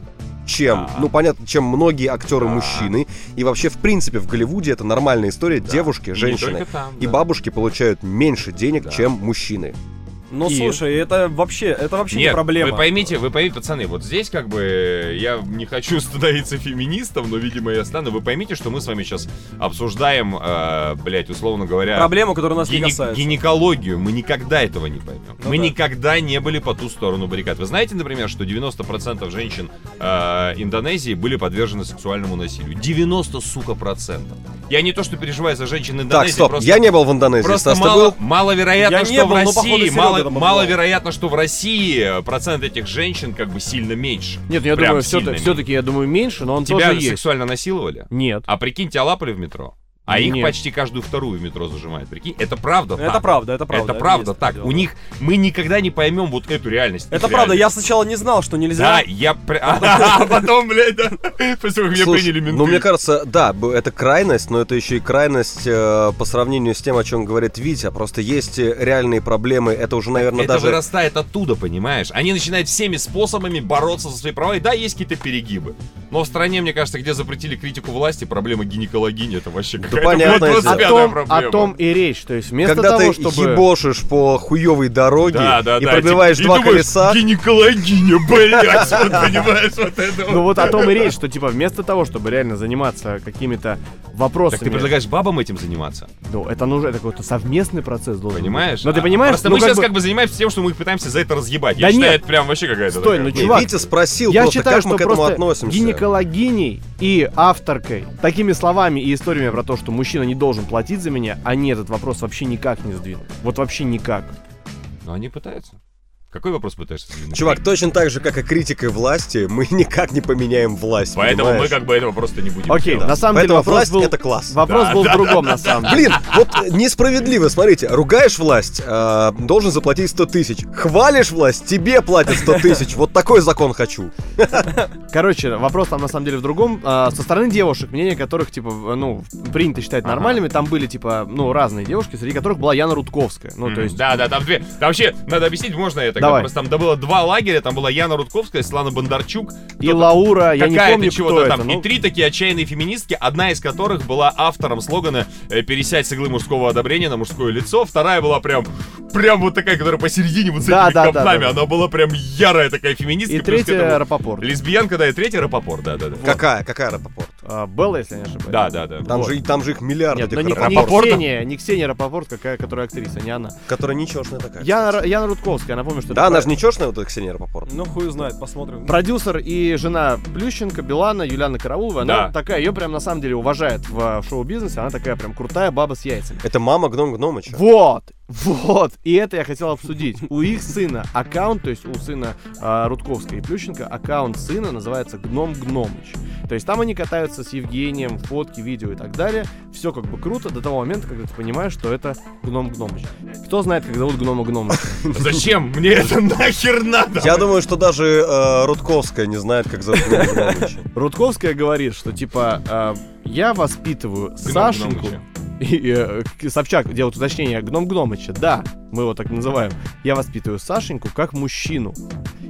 Speaker 1: чем,
Speaker 3: Да.
Speaker 1: ну, понятно, чем многие
Speaker 3: А.
Speaker 1: актеры-мужчины. И вообще, в принципе, в Голливуде это нормальная история. Девушки,
Speaker 3: И не
Speaker 1: женщины
Speaker 3: только там,
Speaker 1: и
Speaker 3: да.
Speaker 1: бабушки получают меньше денег,
Speaker 3: Да.
Speaker 1: чем мужчины.
Speaker 2: Ну
Speaker 4: И-
Speaker 2: слушай, это вообще, это вообще не
Speaker 3: Нет,
Speaker 2: проблема.
Speaker 3: Вы поймите, вы поймите, пацаны, вот здесь как бы э, я не хочу становиться феминистом, но, видимо, я стану. Вы поймите, что мы с вами сейчас обсуждаем, э, блядь, условно говоря,
Speaker 2: Проблема, которая нас не
Speaker 3: гине-
Speaker 2: касается.
Speaker 3: гинекологию. Мы никогда этого не поймем.
Speaker 2: Ну
Speaker 3: мы
Speaker 2: да.
Speaker 3: никогда не были по ту сторону баррикад. Вы знаете, например, что 90% женщин э, Индонезии были подвержены сексуальному насилию? 90, сука, процентов. Я не то, что переживаю за женщин Индонезии.
Speaker 1: Так, стоп,
Speaker 3: просто-
Speaker 1: я не был в Индонезии.
Speaker 3: Просто
Speaker 1: Стас, ты
Speaker 3: мало,
Speaker 1: был?
Speaker 3: маловероятно,
Speaker 2: Я не
Speaker 3: что
Speaker 2: был,
Speaker 3: в
Speaker 2: но, походу,
Speaker 3: России,
Speaker 2: Серега
Speaker 3: мало-
Speaker 2: там был.
Speaker 3: маловероятно, что в России процент этих женщин как бы сильно меньше.
Speaker 4: Нет, ну, я
Speaker 3: Прям
Speaker 4: думаю,
Speaker 3: сильно
Speaker 4: все-таки,
Speaker 3: меньше.
Speaker 4: я думаю, меньше, но он
Speaker 3: Тебя
Speaker 4: тоже
Speaker 3: же
Speaker 4: есть.
Speaker 3: сексуально насиловали?
Speaker 4: Нет.
Speaker 3: А прикинь, тебя лапали в метро? А их
Speaker 4: Нет.
Speaker 3: почти каждую вторую в метро зажимают. Прикинь, это правда
Speaker 2: Это
Speaker 3: так.
Speaker 2: правда, это правда.
Speaker 3: это правда
Speaker 2: есть
Speaker 3: так.
Speaker 2: такое
Speaker 3: У
Speaker 2: дело.
Speaker 3: них мы никогда не поймем вот эту реальность.
Speaker 2: Это
Speaker 3: Их
Speaker 2: правда,
Speaker 3: реальность.
Speaker 2: я сначала не знал, что
Speaker 3: Да,
Speaker 2: нельзя.
Speaker 3: я... пр- А потом, блядь, да. После того, как меня
Speaker 1: Слушай,
Speaker 3: приняли менты.
Speaker 1: Ну, мне кажется, да, б- это крайность, но это еще и крайность э, по сравнению с тем, о чем говорит Витя. Просто есть э, реальные проблемы. Это уже, наверное,
Speaker 3: это
Speaker 1: даже...
Speaker 3: вырастает оттуда, понимаешь? Они начинают всеми способами бороться за свои права. И да, есть какие-то перегибы. Но в стране, мне кажется, где запретили критику власти, проблема гинекологини это вообще какая-то
Speaker 1: понятное
Speaker 3: блядь,
Speaker 1: дело.
Speaker 4: О
Speaker 1: Пятая
Speaker 4: том,
Speaker 3: проблема.
Speaker 4: о том и речь. То есть вместо
Speaker 1: Когда
Speaker 4: того,
Speaker 1: ты
Speaker 4: чтобы...
Speaker 1: ебошишь по хуевой дороге
Speaker 3: Да, да,
Speaker 1: и
Speaker 3: да.
Speaker 1: пробиваешь
Speaker 3: типа, и
Speaker 1: два
Speaker 3: думаешь,
Speaker 1: колеса,
Speaker 3: Гинекологиня, блядь, вот понимаешь, вот это
Speaker 4: Ну
Speaker 3: вот.
Speaker 4: вот о том и речь, что типа вместо того, чтобы реально заниматься какими-то вопросами...
Speaker 3: Так ты предлагаешь бабам этим заниматься,
Speaker 4: Ну, это нужно, это какой-то совместный процесс должен быть.
Speaker 3: понимаешь?
Speaker 4: Ну, ты
Speaker 3: А,
Speaker 4: понимаешь?
Speaker 3: Просто
Speaker 4: ну,
Speaker 3: мы
Speaker 4: как
Speaker 3: сейчас
Speaker 4: бы-
Speaker 3: как бы занимаемся тем, что мы их пытаемся за это разъебать. Я
Speaker 4: Да
Speaker 3: считаю,
Speaker 4: нет.
Speaker 3: это прям вообще какая-то
Speaker 4: Стой,
Speaker 3: такая
Speaker 4: ну,
Speaker 3: хуйня.
Speaker 1: Не,
Speaker 4: чувак,
Speaker 1: Витя спросил
Speaker 4: Я
Speaker 1: просто,
Speaker 4: считаю,
Speaker 1: как
Speaker 4: что
Speaker 1: мы к этому
Speaker 4: просто
Speaker 1: относимся.
Speaker 4: гинекологиней и авторкой такими словами и историями про то, что мужчина не должен платить за меня, они этот вопрос вообще никак не сдвинут. Вот вообще никак.
Speaker 3: Ну, они пытаются. Какой вопрос пытаешься? задать?
Speaker 1: Чувак, точно так же, как и критикой власти, мы никак не поменяем власть.
Speaker 3: Поэтому мы
Speaker 1: понимаешь?
Speaker 3: как бы этого просто не будем
Speaker 4: Окей,
Speaker 3: делать.
Speaker 4: на самом
Speaker 1: Поэтому
Speaker 4: деле вопрос
Speaker 1: власть
Speaker 4: был...
Speaker 1: это класс.
Speaker 4: Вопрос
Speaker 3: Типа Да,
Speaker 4: был
Speaker 3: да,
Speaker 4: в другом, на самом деле.
Speaker 1: Блин, вот э, несправедливо, смотрите, ругаешь власть, э, должен заплатить 100 тысяч. Хвалишь власть, тебе платят 100 тысяч. Вот такой закон хочу.
Speaker 4: Короче, вопрос там на самом деле в другом. А, Со стороны девушек, мнение которых, типа, в- ну, принято считать
Speaker 3: Ага.
Speaker 4: нормальными, там были, типа, ну, разные девушки, среди которых была Яна Рудковская. Ну, то
Speaker 3: Мгм.
Speaker 4: есть...
Speaker 3: Да, да, там две. Там вообще, надо объяснить, можно это.
Speaker 4: Давай.
Speaker 3: Просто там да, было два лагеря, там была Яна Рудковская, Слана Бондарчук,
Speaker 4: И Лаура, я не
Speaker 3: какая-то
Speaker 4: помню, кто
Speaker 3: чего-то
Speaker 4: это.
Speaker 3: там.
Speaker 4: ну,
Speaker 3: И три такие отчаянные феминистки, одна из которых была автором слогана э, «Пересядь с иглы мужского одобрения на мужское лицо», вторая была прям, прям вот такая, которая посередине вот с
Speaker 4: Да,
Speaker 3: этими
Speaker 4: да, да,
Speaker 3: камнями,
Speaker 4: да.
Speaker 3: она была прям ярая такая феминистка.
Speaker 4: И
Speaker 3: плюс к
Speaker 4: третья
Speaker 3: этому
Speaker 4: Рапопорт.
Speaker 3: Лесбиянка, да, и третья Рапопор, да, да, да.
Speaker 1: Какая? Какая Рапопорт?
Speaker 4: А, Белла, если я не ошибаюсь.
Speaker 3: Да, да, да.
Speaker 1: Там,
Speaker 4: Вот.
Speaker 1: же, и- там же их миллиард
Speaker 4: Нет,
Speaker 1: этих
Speaker 4: но не, не
Speaker 1: Рапопорт,
Speaker 3: Рапопорта?
Speaker 4: Ксения, не Ксения Рапопорт, какая, которая актриса, не она.
Speaker 1: которая ничешная
Speaker 3: Э,
Speaker 1: такая.
Speaker 4: Яна,
Speaker 1: кстати.
Speaker 4: Ра- Яна Рудковская, напомню, что
Speaker 1: Да,
Speaker 4: это
Speaker 1: она же ничешная, вот эта Ксения Рапопорт.
Speaker 2: Ну хуй знает, посмотрим.
Speaker 4: продюсер и жена Плющенко, Билана, Юлиана Караулова. Она
Speaker 3: Да.
Speaker 4: такая, ее прям на самом деле уважает в, в шоу-бизнесе. Она такая прям крутая баба с яйцами.
Speaker 1: Это мама Гном Гномыча.
Speaker 4: Вот, вот, и это я хотел обсудить. У их сына аккаунт, то есть у сына а, Рудковской и Плющенко, аккаунт сына называется Гном Гномыч. То есть там они катаются с Евгением, фотки, видео и так далее. Все как бы круто до того момента, когда ты понимаешь, что это Гном Гномыч. Кто знает, как зовут Гнома Гномыч?
Speaker 3: Зачем? Мне это нахер надо?
Speaker 1: Я думаю, что даже э, Рудковская не знает, как зовут Гном Гномыча.
Speaker 4: Рудковская говорит, что типа а, я воспитываю
Speaker 3: Гном
Speaker 4: Сашеньку.
Speaker 3: Гномыча.
Speaker 4: И, э, к- Собчак делает уточнение Гном Гномыча. Да, мы его так называем. Я воспитываю Сашеньку как мужчину.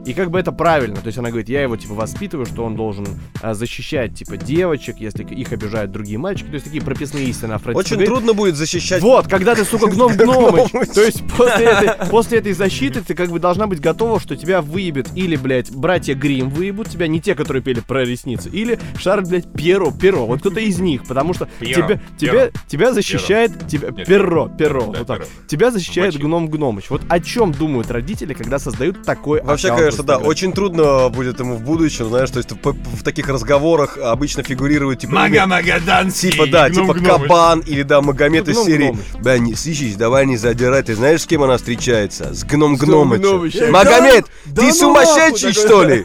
Speaker 4: И как бы это правильно. То есть она говорит, я его типа воспитываю, что он должен а, защищать типа девочек, если их обижают другие мальчики. То есть такие прописные истины. Афродита
Speaker 1: Очень
Speaker 4: говорит,
Speaker 1: трудно будет защищать...
Speaker 4: вот, когда ты, сука, гном гномыч.
Speaker 1: Гномыч.
Speaker 4: То есть после этой, после этой защиты ты как бы должна быть готова, что тебя выебет или, блядь, братья Грим выебут тебя, не те, которые пели про ресницы, или Шарль, блядь, Перо, Перо, вот кто-то из них, потому что
Speaker 3: Перо,
Speaker 4: тебя,
Speaker 3: Перо.
Speaker 4: тебя, тебя защищает тебя,
Speaker 3: Нет,
Speaker 4: Перо, Перо,
Speaker 3: Да,
Speaker 4: вот так.
Speaker 3: Перо.
Speaker 4: Тебя защищает
Speaker 3: Мочи.
Speaker 4: гном гномыч. Вот о чем думают родители, когда создают такой
Speaker 1: Вообще,
Speaker 4: аккаунт в
Speaker 1: конечно, да,
Speaker 4: Инстаграме?
Speaker 1: очень трудно будет ему в будущем, знаешь, то есть п- п- в таких разговорах обычно фигурирует типа... имя-
Speaker 3: Мага Магаданский.
Speaker 1: Типа, да,
Speaker 3: Гном
Speaker 1: типа
Speaker 3: Гномыч.
Speaker 1: Кабан или, да, Магомед из
Speaker 4: Гном
Speaker 1: серии.
Speaker 4: Гномыч.
Speaker 1: Да, не сичись, давай не задирай. Ты знаешь, с кем она встречается? С Гном
Speaker 4: Гном
Speaker 1: Гномычем.
Speaker 4: Гномычем.
Speaker 1: Магомед,
Speaker 2: Да
Speaker 1: ты
Speaker 2: ну
Speaker 1: сумасшедший,
Speaker 2: нахуй
Speaker 1: что ли?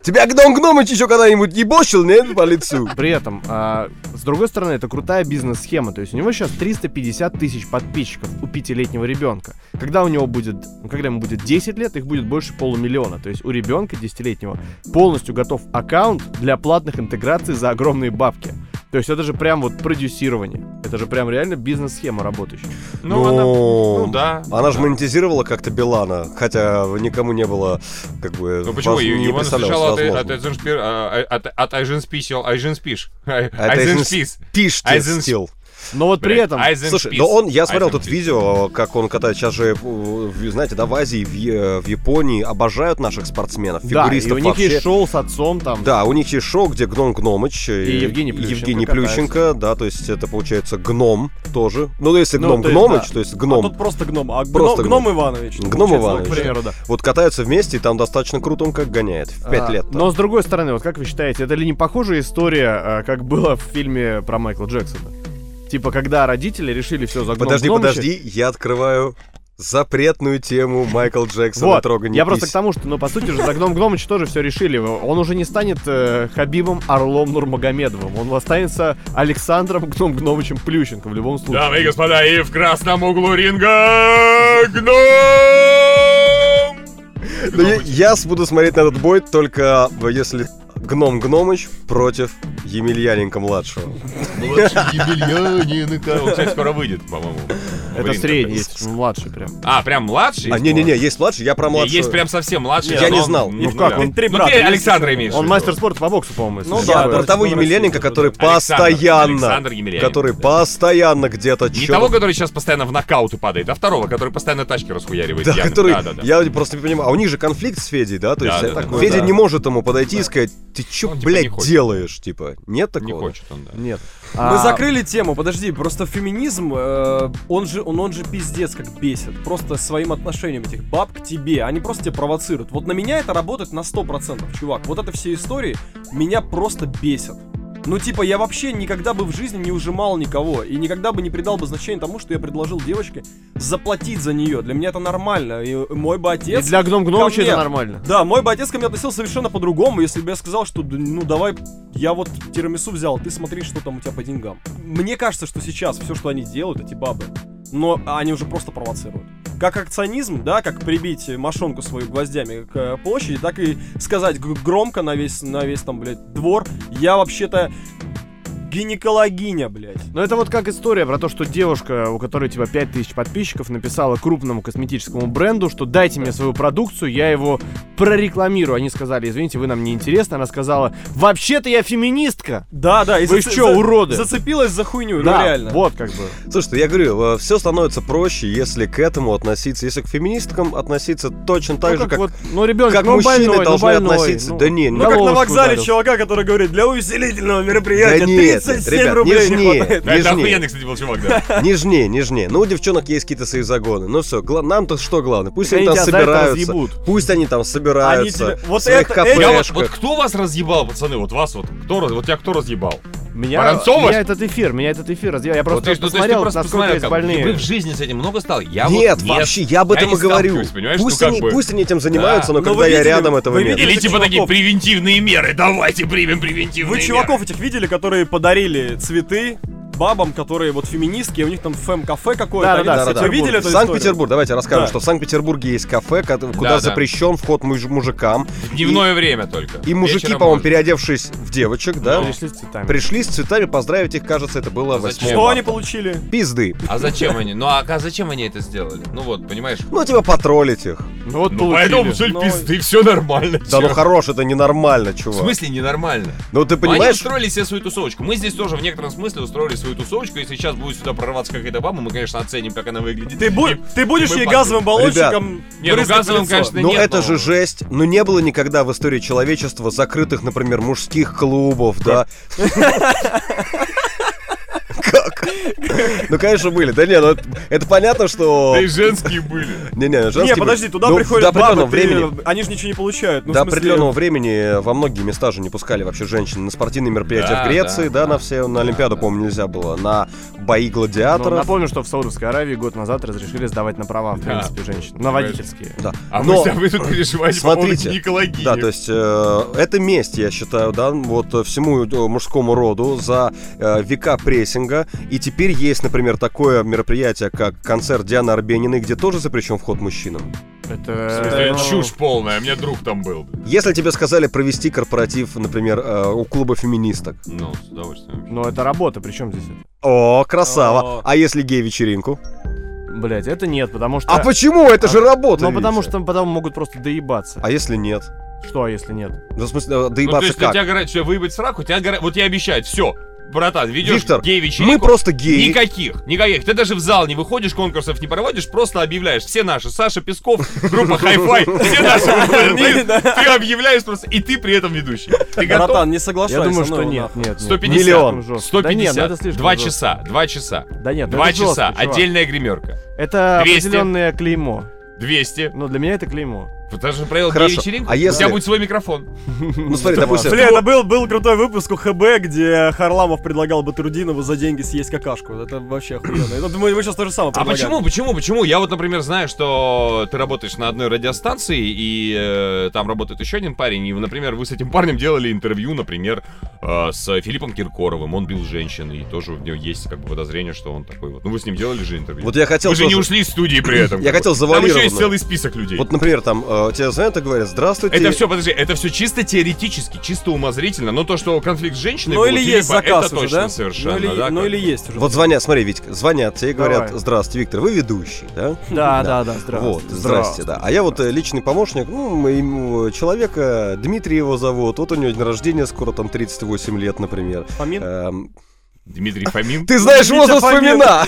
Speaker 1: Тебя Гном Гномыч еще когда-нибудь ебошил, нет, по лицу?
Speaker 4: При этом, а, с другой стороны, это крутая бизнес-схема. То есть у него сейчас 350 тысяч подписчиков у пятилетнего ребенка. Когда у него будет, ну, когда ему будет 10 лет, их будет больше полумиллиона. То есть у ребенка десятилетнего полностью готов аккаунт для платных интеграций за огромные бабки. То есть это же прям вот продюсирование. Это же прям реально бизнес-схема работающая.
Speaker 3: Ну,
Speaker 1: Но-
Speaker 3: она... Ну, да.
Speaker 1: Она же монетизировала как-то Билана, хотя никому не было, как бы,
Speaker 3: Ну почему?
Speaker 1: воз-
Speaker 3: Его
Speaker 1: не
Speaker 3: его
Speaker 1: представлялось
Speaker 3: сначала от, от,
Speaker 1: возможным.
Speaker 3: Эйзеншпир- а, от, от а, Айзенсписел- Айзенспиш.
Speaker 1: А
Speaker 3: Ай-
Speaker 1: Эйзен-
Speaker 3: Айзенспис.
Speaker 1: Пиш тебе
Speaker 3: Айзенс-
Speaker 1: стил.
Speaker 4: Но вот при
Speaker 1: а
Speaker 3: Блядь,
Speaker 4: этом...
Speaker 3: Айзенспис.
Speaker 1: Слушай, но он, я смотрел тут
Speaker 3: Айзенспис.
Speaker 1: видео, как он катает, сейчас же, э, в- знаете, да, в Азии, в, Е- в Японии обожают наших спортсменов,
Speaker 4: Да,
Speaker 1: фигуристов
Speaker 4: и у них
Speaker 1: вообще.
Speaker 4: есть шоу с отцом там.
Speaker 1: Да, у них есть шоу, где гном Гномыч э,
Speaker 4: И Евгений Плющенко
Speaker 1: Евгений
Speaker 4: катается.
Speaker 1: Плющенко, да, то есть это получается гном тоже. Ну, если
Speaker 4: Ну,
Speaker 1: гном
Speaker 4: то есть,
Speaker 1: Гномыч,
Speaker 4: да.
Speaker 1: то есть
Speaker 2: А
Speaker 1: гном.
Speaker 2: тут просто гном. А гно-
Speaker 1: Просто
Speaker 2: гном,
Speaker 1: гном.
Speaker 2: Иванович.
Speaker 1: Гном
Speaker 2: получается,
Speaker 1: Иванович.
Speaker 4: ну, К примеру, да.
Speaker 1: Вот катаются вместе, и там достаточно круто он как гоняет. В пять
Speaker 4: А,
Speaker 1: лет.
Speaker 4: Но с другой стороны, вот как вы считаете, это ли не похожая история, а, как было в фильме про Майкла Джексона? Типа, когда родители решили все за Гном
Speaker 1: Подожди,
Speaker 4: Гномыча.
Speaker 1: подожди, я открываю запретную тему Майкл Джексона
Speaker 4: Вот,
Speaker 1: «Трогание
Speaker 4: я просто
Speaker 1: пись».
Speaker 4: к тому, что, ну, по сути же, за Гном Гномыч тоже все решили. Он уже не станет э, Хабибом Орлом Нурмагомедовым. Он останется Александром Гном Гномычем Плющенко в любом случае.
Speaker 3: Дамы и господа, и в красном углу ринга гном!
Speaker 1: Но Ну, я, я с- буду смотреть на этот бой только э, если Гном Гномыч против А, Емельяненко младшего.
Speaker 3: Младший Емельяненко. Он, кстати, Ну, скоро выйдет, по-моему. в
Speaker 4: Это
Speaker 3: ринг.
Speaker 4: средний, есть младший прям.
Speaker 3: А, прям младший?
Speaker 1: А, не-не-не, есть младший, я про
Speaker 3: Не,
Speaker 1: младшего.
Speaker 3: Есть прям совсем младший.
Speaker 1: Я
Speaker 3: но
Speaker 1: не
Speaker 3: он
Speaker 1: знал.
Speaker 3: не
Speaker 4: Ну
Speaker 3: в
Speaker 4: как,
Speaker 3: нулях.
Speaker 4: он
Speaker 2: три
Speaker 3: Ну
Speaker 2: брата,
Speaker 3: ты
Speaker 2: есть
Speaker 3: Александра
Speaker 2: еще.
Speaker 3: имеешь в
Speaker 4: Он
Speaker 3: виду.
Speaker 4: мастер спорта по боксу, по-моему. если
Speaker 2: Ну
Speaker 4: не
Speaker 1: Я
Speaker 2: да,
Speaker 4: ошибаюсь.
Speaker 1: про того
Speaker 2: Александр
Speaker 1: Емельяненко, который
Speaker 3: Александр,
Speaker 1: постоянно,
Speaker 3: Александр Емельяненко,
Speaker 1: который
Speaker 3: да.
Speaker 1: постоянно где-то
Speaker 3: Не
Speaker 1: чё-
Speaker 3: того, который сейчас постоянно в нокауты падает, а второго, который постоянно тачки расхуяривает.
Speaker 1: Да,
Speaker 3: пьяным.
Speaker 1: который,
Speaker 3: Да, да, да.
Speaker 1: я просто не понимаю, а у них же конфликт с Федей, да? То
Speaker 3: Да,
Speaker 1: есть
Speaker 3: да,
Speaker 1: э,
Speaker 3: да.
Speaker 1: так,
Speaker 4: Ну
Speaker 1: Федя
Speaker 4: да.
Speaker 1: не может ему подойти и сказать, ты чё,
Speaker 3: Он, типа, не
Speaker 1: блядь,
Speaker 3: хочет.
Speaker 1: делаешь, типа? Нет такого?
Speaker 3: Не хочет он, да.
Speaker 4: Нет.
Speaker 2: Мы
Speaker 4: А,
Speaker 2: закрыли тему, подожди, просто феминизм, э, он же, он, он же пиздец как бесит, просто своим отношением этих баб к тебе, они просто тебя провоцируют. Вот на меня это работает на 100%, чувак, вот это все истории меня просто бесят. Ну типа я вообще никогда бы в жизни не ужимал никого и никогда бы не придал бы значения тому, что я предложил девочке заплатить за нее. Для меня это нормально, и мой бы
Speaker 4: И
Speaker 2: отец...
Speaker 4: для Гном Гномыча
Speaker 2: ко мне.
Speaker 4: это нормально.
Speaker 2: Да, мой бы отец ко мне относился совершенно по-другому, если бы я сказал, что «Да, ну давай, я вот тирамису взял, ты смотри, что там у тебя по деньгам. Мне кажется, что сейчас все, что они делают, эти бабы, но они уже просто провоцируют. Как акционизм, да, как прибить мошонку свою гвоздями к э, площади, так и сказать г- громко на весь, на весь там, блядь, двор, я вообще-то гинекологиня, блядь.
Speaker 4: Но это вот как история про то, что девушка, у которой типа 5000 подписчиков, написала крупному косметическому бренду, что дайте мне свою продукцию, я его прорекламирую. Они сказали, извините, вы нам не интересны. Она сказала, вообще-то я феминистка.
Speaker 2: Да, да, и
Speaker 4: Вы
Speaker 2: заце-
Speaker 4: чё,
Speaker 2: за-
Speaker 4: уроды?
Speaker 2: Зацепилась за хуйню,
Speaker 4: да,
Speaker 2: ну реально.
Speaker 4: вот как бы.
Speaker 1: Слушай, я говорю, все становится проще, если к этому относиться, если к феминисткам относиться точно так
Speaker 4: ну,
Speaker 1: же,
Speaker 4: как
Speaker 1: как,
Speaker 4: вот, ну, ребенок,
Speaker 1: как
Speaker 4: ну,
Speaker 1: мужчины
Speaker 4: больной, ну,
Speaker 1: должны
Speaker 4: больной,
Speaker 1: относиться. Да не,
Speaker 2: Ну
Speaker 1: на
Speaker 2: как на
Speaker 4: головушку
Speaker 2: вокзале
Speaker 4: ударил.
Speaker 2: чувака, который говорит, для увеселительного мероприятия
Speaker 1: Да нет,
Speaker 2: 37
Speaker 1: ребят,
Speaker 2: рублей не
Speaker 1: нежнее,
Speaker 2: хватает.
Speaker 3: Да, это
Speaker 1: нежнее.
Speaker 3: охуенный, кстати, был чувак, да.
Speaker 1: Нежнее, нежнее. Ну, у девчонок есть какие-то свои загоны. Ну все, нам-то что главное? Пусть
Speaker 4: Они
Speaker 1: они, там
Speaker 4: тебя за это
Speaker 1: собираются.
Speaker 4: разъебут.
Speaker 1: Пусть они там собираются.
Speaker 2: Они тебе- вот
Speaker 1: в своих
Speaker 2: это-
Speaker 1: кафешках.
Speaker 3: Я вот, вот кто вас разъебал, пацаны? Вот вас вот. Кто, раз- вот тебя кто разъебал?
Speaker 4: Меня,
Speaker 3: Воронцова?
Speaker 4: меня этот эфир, меня этот эфир разъел. Я просто
Speaker 3: Вот ты- ну, то есть ты
Speaker 4: посмотрел,
Speaker 3: просто
Speaker 4: насколько есть
Speaker 3: как-
Speaker 4: больные.
Speaker 3: Вы в жизни с этим много стал? Я а вот
Speaker 1: нет, вообще, я об
Speaker 3: Я
Speaker 1: этом
Speaker 3: не
Speaker 1: и говорю.
Speaker 3: сталкиваюсь, понимаешь,
Speaker 1: Пусть,
Speaker 3: ну, как
Speaker 1: они,
Speaker 3: бы-
Speaker 1: пусть они этим занимаются, но,
Speaker 2: Но
Speaker 1: когда
Speaker 2: Ну, вы
Speaker 1: я
Speaker 2: видели-
Speaker 1: рядом, этого
Speaker 2: вы
Speaker 1: нет.
Speaker 2: видели-
Speaker 3: Или
Speaker 2: этих
Speaker 3: типа такие
Speaker 2: чуваков.
Speaker 3: превентивные меры, давайте примем превентивные
Speaker 2: Вы
Speaker 3: меры.
Speaker 2: чуваков этих видели, которые подарили цветы бабам, которые вот феминистки, у них там фэм-кафе какое-то. они
Speaker 4: Да-да-да,
Speaker 2: там-
Speaker 1: Да-да-да.
Speaker 2: Вы видели эту
Speaker 1: В
Speaker 2: историю?
Speaker 1: Санкт-Петербург, давайте расскажем,
Speaker 2: Да.
Speaker 1: что в Санкт-Петербурге есть кафе, ко- куда
Speaker 3: Да-да.
Speaker 1: запрещен вход муж- мужикам.
Speaker 3: В дневное время только.
Speaker 1: И мужики,
Speaker 3: Вечером
Speaker 1: по-моему,
Speaker 3: можно.
Speaker 1: переодевшись в девочек, да,
Speaker 4: Пришли с цветами.
Speaker 1: пришли с цветами поздравить их, кажется, это было
Speaker 3: А зачем?
Speaker 1: 8
Speaker 2: Что они получили?
Speaker 1: Пизды.
Speaker 3: А зачем они? Ну а, а зачем они это сделали? Ну вот, понимаешь?
Speaker 1: Ну, типа, потроллить их.
Speaker 4: Ну вот
Speaker 3: Ну,
Speaker 4: получили.
Speaker 3: поэтому суть
Speaker 2: Ну,
Speaker 3: пизды, все нормально.
Speaker 1: Да ну
Speaker 3: чё.
Speaker 1: хорош, это ненормально,
Speaker 3: В
Speaker 1: чувак.
Speaker 3: смысле ненормально?
Speaker 1: Ну ты
Speaker 3: Они
Speaker 1: понимаешь?
Speaker 3: устроили себе свою тусовочку. Мы здесь тоже в некотором смысле устроили свою тусовочку. Если сейчас будет сюда прорваться какая-то баба, мы, конечно, оценим, как она выглядит.
Speaker 2: Ты, бу- ты будешь
Speaker 3: мы
Speaker 2: ей
Speaker 3: пахнем.
Speaker 2: газовым баллончиком
Speaker 3: Не, ну
Speaker 2: брызгать в
Speaker 3: газовым,
Speaker 2: лицо?
Speaker 3: конечно,
Speaker 1: Ну
Speaker 3: нет,
Speaker 1: это же
Speaker 3: по-моему.
Speaker 1: жесть. Ну не было никогда в истории человечества закрытых, например, мужских клубов, да? Как? Ну, конечно, были. Да не, ну это- это понятно, что...
Speaker 3: Да и женские были.
Speaker 1: Не-не, женский
Speaker 2: Не,
Speaker 1: был.
Speaker 2: подожди, туда
Speaker 1: Ну,
Speaker 2: приходят
Speaker 1: До
Speaker 2: бабы,
Speaker 1: определенного времени.
Speaker 2: ты- они же ничего не получают. Ну,
Speaker 1: до
Speaker 2: в смысле,
Speaker 1: определенного времени во многие места же не пускали вообще женщин на спортивные мероприятия
Speaker 3: Да,
Speaker 1: в Греции,
Speaker 3: да,
Speaker 1: да,
Speaker 3: да.
Speaker 1: на все, на
Speaker 3: Да,
Speaker 1: Олимпиаду,
Speaker 3: да. Ну,
Speaker 1: по-моему, нельзя было, на бои
Speaker 4: Но
Speaker 1: гладиаторов.
Speaker 4: Ну, напомню, что в Саудовской Аравии год назад разрешили сдавать на права, в
Speaker 3: Да.
Speaker 4: принципе, женщин. На водительские.
Speaker 1: Да.
Speaker 3: А
Speaker 1: Но-
Speaker 3: вы, себя- вы тут переживаете по поводу
Speaker 1: Смотрите,
Speaker 3: гинекологии.
Speaker 1: Да, то есть э, это месть, я считаю, да, вот э, всему э, мужскому роду за э, века прессинга. И теперь Теперь есть, например, такое мероприятие, как концерт Дианы Арбениной, где тоже запрещен вход мужчинам. э,
Speaker 3: Это
Speaker 1: ну,
Speaker 4: Это...
Speaker 3: чушь полная, у меня друг там был.
Speaker 1: Если тебе сказали провести корпоратив, например, э, у клуба феминисток.
Speaker 3: Ну, с удовольствием.
Speaker 4: Но это работа, при чем здесь это?
Speaker 1: О, красава!
Speaker 2: О.
Speaker 1: А если гей-вечеринку?
Speaker 4: Блять, это нет, потому что...
Speaker 1: А почему? Это же работа!
Speaker 4: Ну, потому
Speaker 1: Витя.
Speaker 4: что потом могут просто доебаться.
Speaker 1: А если нет?
Speaker 4: Что, а если нет?
Speaker 1: Ну, в смысле, э,
Speaker 3: Ну, то
Speaker 1: доебаться
Speaker 3: есть, у
Speaker 1: как?
Speaker 3: тебя горят, что выебать сраку, тебя горят, вот я обещаю, все, братан, ведешь
Speaker 1: Виктор,
Speaker 3: гей
Speaker 1: Мы просто геи.
Speaker 3: Никаких, никаких. Ты даже в зал не выходишь, конкурсов не проводишь, просто объявляешь. Все наши, Саша Песков, группа Hi-Fi, все наши выходят.
Speaker 2: Не, да.
Speaker 3: Ты ты объявляешь просто, и ты при этом ведущий. Ты готов?
Speaker 2: Братан, не соглашайся.
Speaker 4: Я думаю,
Speaker 2: ну
Speaker 4: что
Speaker 2: его
Speaker 4: нет,
Speaker 2: нахуй.
Speaker 4: нет, нет.
Speaker 3: 150.
Speaker 1: Миллион.
Speaker 4: Жестко. Да нет, ну это
Speaker 3: 150.
Speaker 4: слишком
Speaker 3: Два
Speaker 4: жестко.
Speaker 3: часа, два часа.
Speaker 4: Да нет, ну
Speaker 3: Два
Speaker 4: это жестко,
Speaker 3: часа,
Speaker 4: чувак.
Speaker 3: отдельная гримерка.
Speaker 4: Это
Speaker 3: 200.
Speaker 4: определенное клеймо.
Speaker 3: 200.
Speaker 4: Ну, для меня это клеймо.
Speaker 3: Потому что провел
Speaker 1: Хорошо,
Speaker 3: гей-вечеринку,
Speaker 1: а
Speaker 3: у
Speaker 1: если-
Speaker 3: тебя будет свой микрофон.
Speaker 1: Ну, смотри,
Speaker 4: Это
Speaker 1: допустим,
Speaker 2: Бля, это был, был крутой выпуск у ХБ, где Харламов предлагал Батрудинову за деньги съесть какашку. Это вообще охуенно. Я думаю, мы сейчас то же самое
Speaker 3: А
Speaker 2: предлагаем.
Speaker 3: почему, почему, почему? Я вот, например, знаю, что ты работаешь на одной радиостанции, и э, там работает еще один парень, и, например, вы с этим парнем делали интервью, например, э, с Филиппом Киркоровым, он бил женщин, и тоже в нем есть как бы подозрение, что он такой вот. Ну, вы с ним делали же интервью.
Speaker 1: вот я хотел...
Speaker 3: вы же не
Speaker 1: тоже-
Speaker 3: ушли из студии при этом.
Speaker 1: Я
Speaker 3: как бы.
Speaker 1: хотел
Speaker 3: Там еще есть
Speaker 1: завалированную.
Speaker 3: целый список людей.
Speaker 1: Вот, например, там, э, тебе звонят и говорят, здравствуйте.
Speaker 3: Это все, подожди, это все чисто теоретически, чисто умозрительно, но то, что конфликт с женщиной
Speaker 2: Ну
Speaker 3: был
Speaker 2: или
Speaker 3: у
Speaker 2: есть
Speaker 3: Филиппа,
Speaker 2: заказ
Speaker 3: это
Speaker 2: уже,
Speaker 3: точно
Speaker 2: да?
Speaker 3: совершенно,
Speaker 2: ну, или,
Speaker 3: да,
Speaker 2: ну
Speaker 3: как
Speaker 2: или
Speaker 3: бы.
Speaker 2: есть уже.
Speaker 1: Вот звонят, смотри, Витька, звонят тебе и говорят,
Speaker 4: Давай.
Speaker 1: здравствуйте, Виктор, вы ведущий, да?
Speaker 4: Да, да, да, здравствуйте.
Speaker 1: Вот, здрасте, да. А я вот э, личный помощник, ну, моему человека, Дмитрий его зовут, вот у него день рождения, скоро там 38 лет, например.
Speaker 2: Фомин?
Speaker 1: Эм,
Speaker 3: Дмитрий Фомин.
Speaker 1: Ты знаешь
Speaker 2: Витя
Speaker 1: возраст
Speaker 2: Фомин.
Speaker 1: Фомина!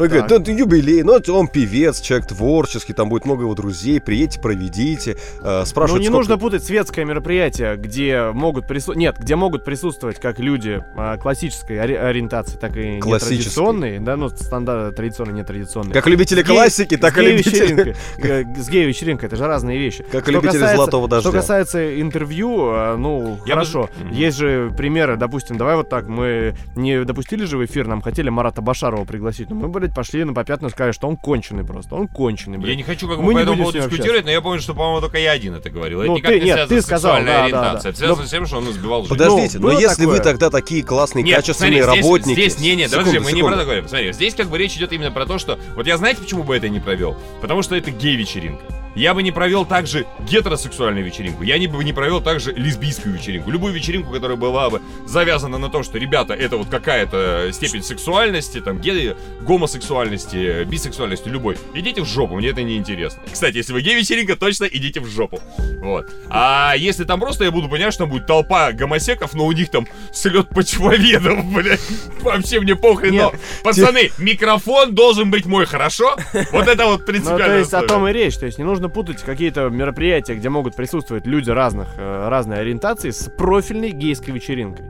Speaker 1: Он говорит, «Да, это юбилей, ну, это он певец, человек творческий, там будет много его друзей, приедьте, проведите. Э,
Speaker 4: Ну,
Speaker 1: Спрашивают,
Speaker 4: не
Speaker 1: сколько-
Speaker 4: нужно путать светское мероприятие, где могут присутствовать... Нет, где могут присутствовать как люди а, классической ори- ориентации, так и
Speaker 1: Классической.
Speaker 4: нетрадиционные, да, ну, стандарт традиционные, нетрадиционные.
Speaker 1: Как любители
Speaker 4: Гей-
Speaker 1: классики, так и любители...
Speaker 4: гей-вечеринкой. Э, С гей-вечеринкой, это же разные вещи.
Speaker 1: Как и
Speaker 4: Что
Speaker 1: любители
Speaker 4: касается-
Speaker 1: «Золотого дождя».
Speaker 4: Что касается интервью, э, ну,
Speaker 3: Я
Speaker 4: хорошо.
Speaker 3: бы- Мгм.
Speaker 4: Есть же примеры, допустим, давай вот так, мы не допустили же в эфир, нам хотели Марата Башарова пригласить, но мы, блядь, пошли на попятную, сказали, что он конченый просто, он конченый,
Speaker 3: Я
Speaker 4: блядь.
Speaker 3: не хочу как бы
Speaker 4: Мы
Speaker 3: по
Speaker 4: не
Speaker 3: этому
Speaker 4: будем с
Speaker 3: поводу
Speaker 4: ним
Speaker 3: дискутировать, но я помню, что, по-моему, только я один это говорил.
Speaker 4: Ну,
Speaker 3: это никак
Speaker 4: ты-
Speaker 3: не
Speaker 4: нет,
Speaker 3: связано
Speaker 4: ты
Speaker 3: с
Speaker 4: сказал,
Speaker 3: сексуальной
Speaker 4: да, да,
Speaker 3: ориентацией.
Speaker 4: да.
Speaker 3: Это связано с тем, что он избивал женщин.
Speaker 1: Подождите,
Speaker 4: Ну,
Speaker 1: но
Speaker 4: было
Speaker 1: если вы
Speaker 4: такое.
Speaker 1: тогда такие классные,
Speaker 3: Нет,
Speaker 1: качественные
Speaker 3: смотри, здесь-
Speaker 1: работники...
Speaker 3: Здесь, не, не,
Speaker 1: Секунду,
Speaker 3: подожди, мы не
Speaker 1: секунду.
Speaker 3: про такое. Смотри, здесь как бы речь идет именно про то, что... Вот я, знаете, почему бы это не провел? Потому что это гей-вечеринка. Я бы не провел также гетеросексуальную вечеринку. Я не бы не провел также лесбийскую вечеринку. Любую вечеринку, которая была бы завязана на то, что, ребята, это вот какая-то э, степень сексуальности, там, ге- гомосексуальности, э, бисексуальности, любой. Идите в жопу, мне это не интересно. Кстати, если вы гей-вечеринка, точно идите в жопу. Вот. А если там просто, я буду понимать, что там будет толпа гомосеков, но у них там слет почвоведов, блядь. Вообще мне похрен, но... Пацаны, микрофон должен быть мой, хорошо? Вот это вот
Speaker 4: Ну,
Speaker 3: принципиально.
Speaker 4: то есть о том и речь, то есть не нужно путать какие-то мероприятия, где могут присутствовать люди разных, э, разной ориентации с профильной гейской вечеринкой.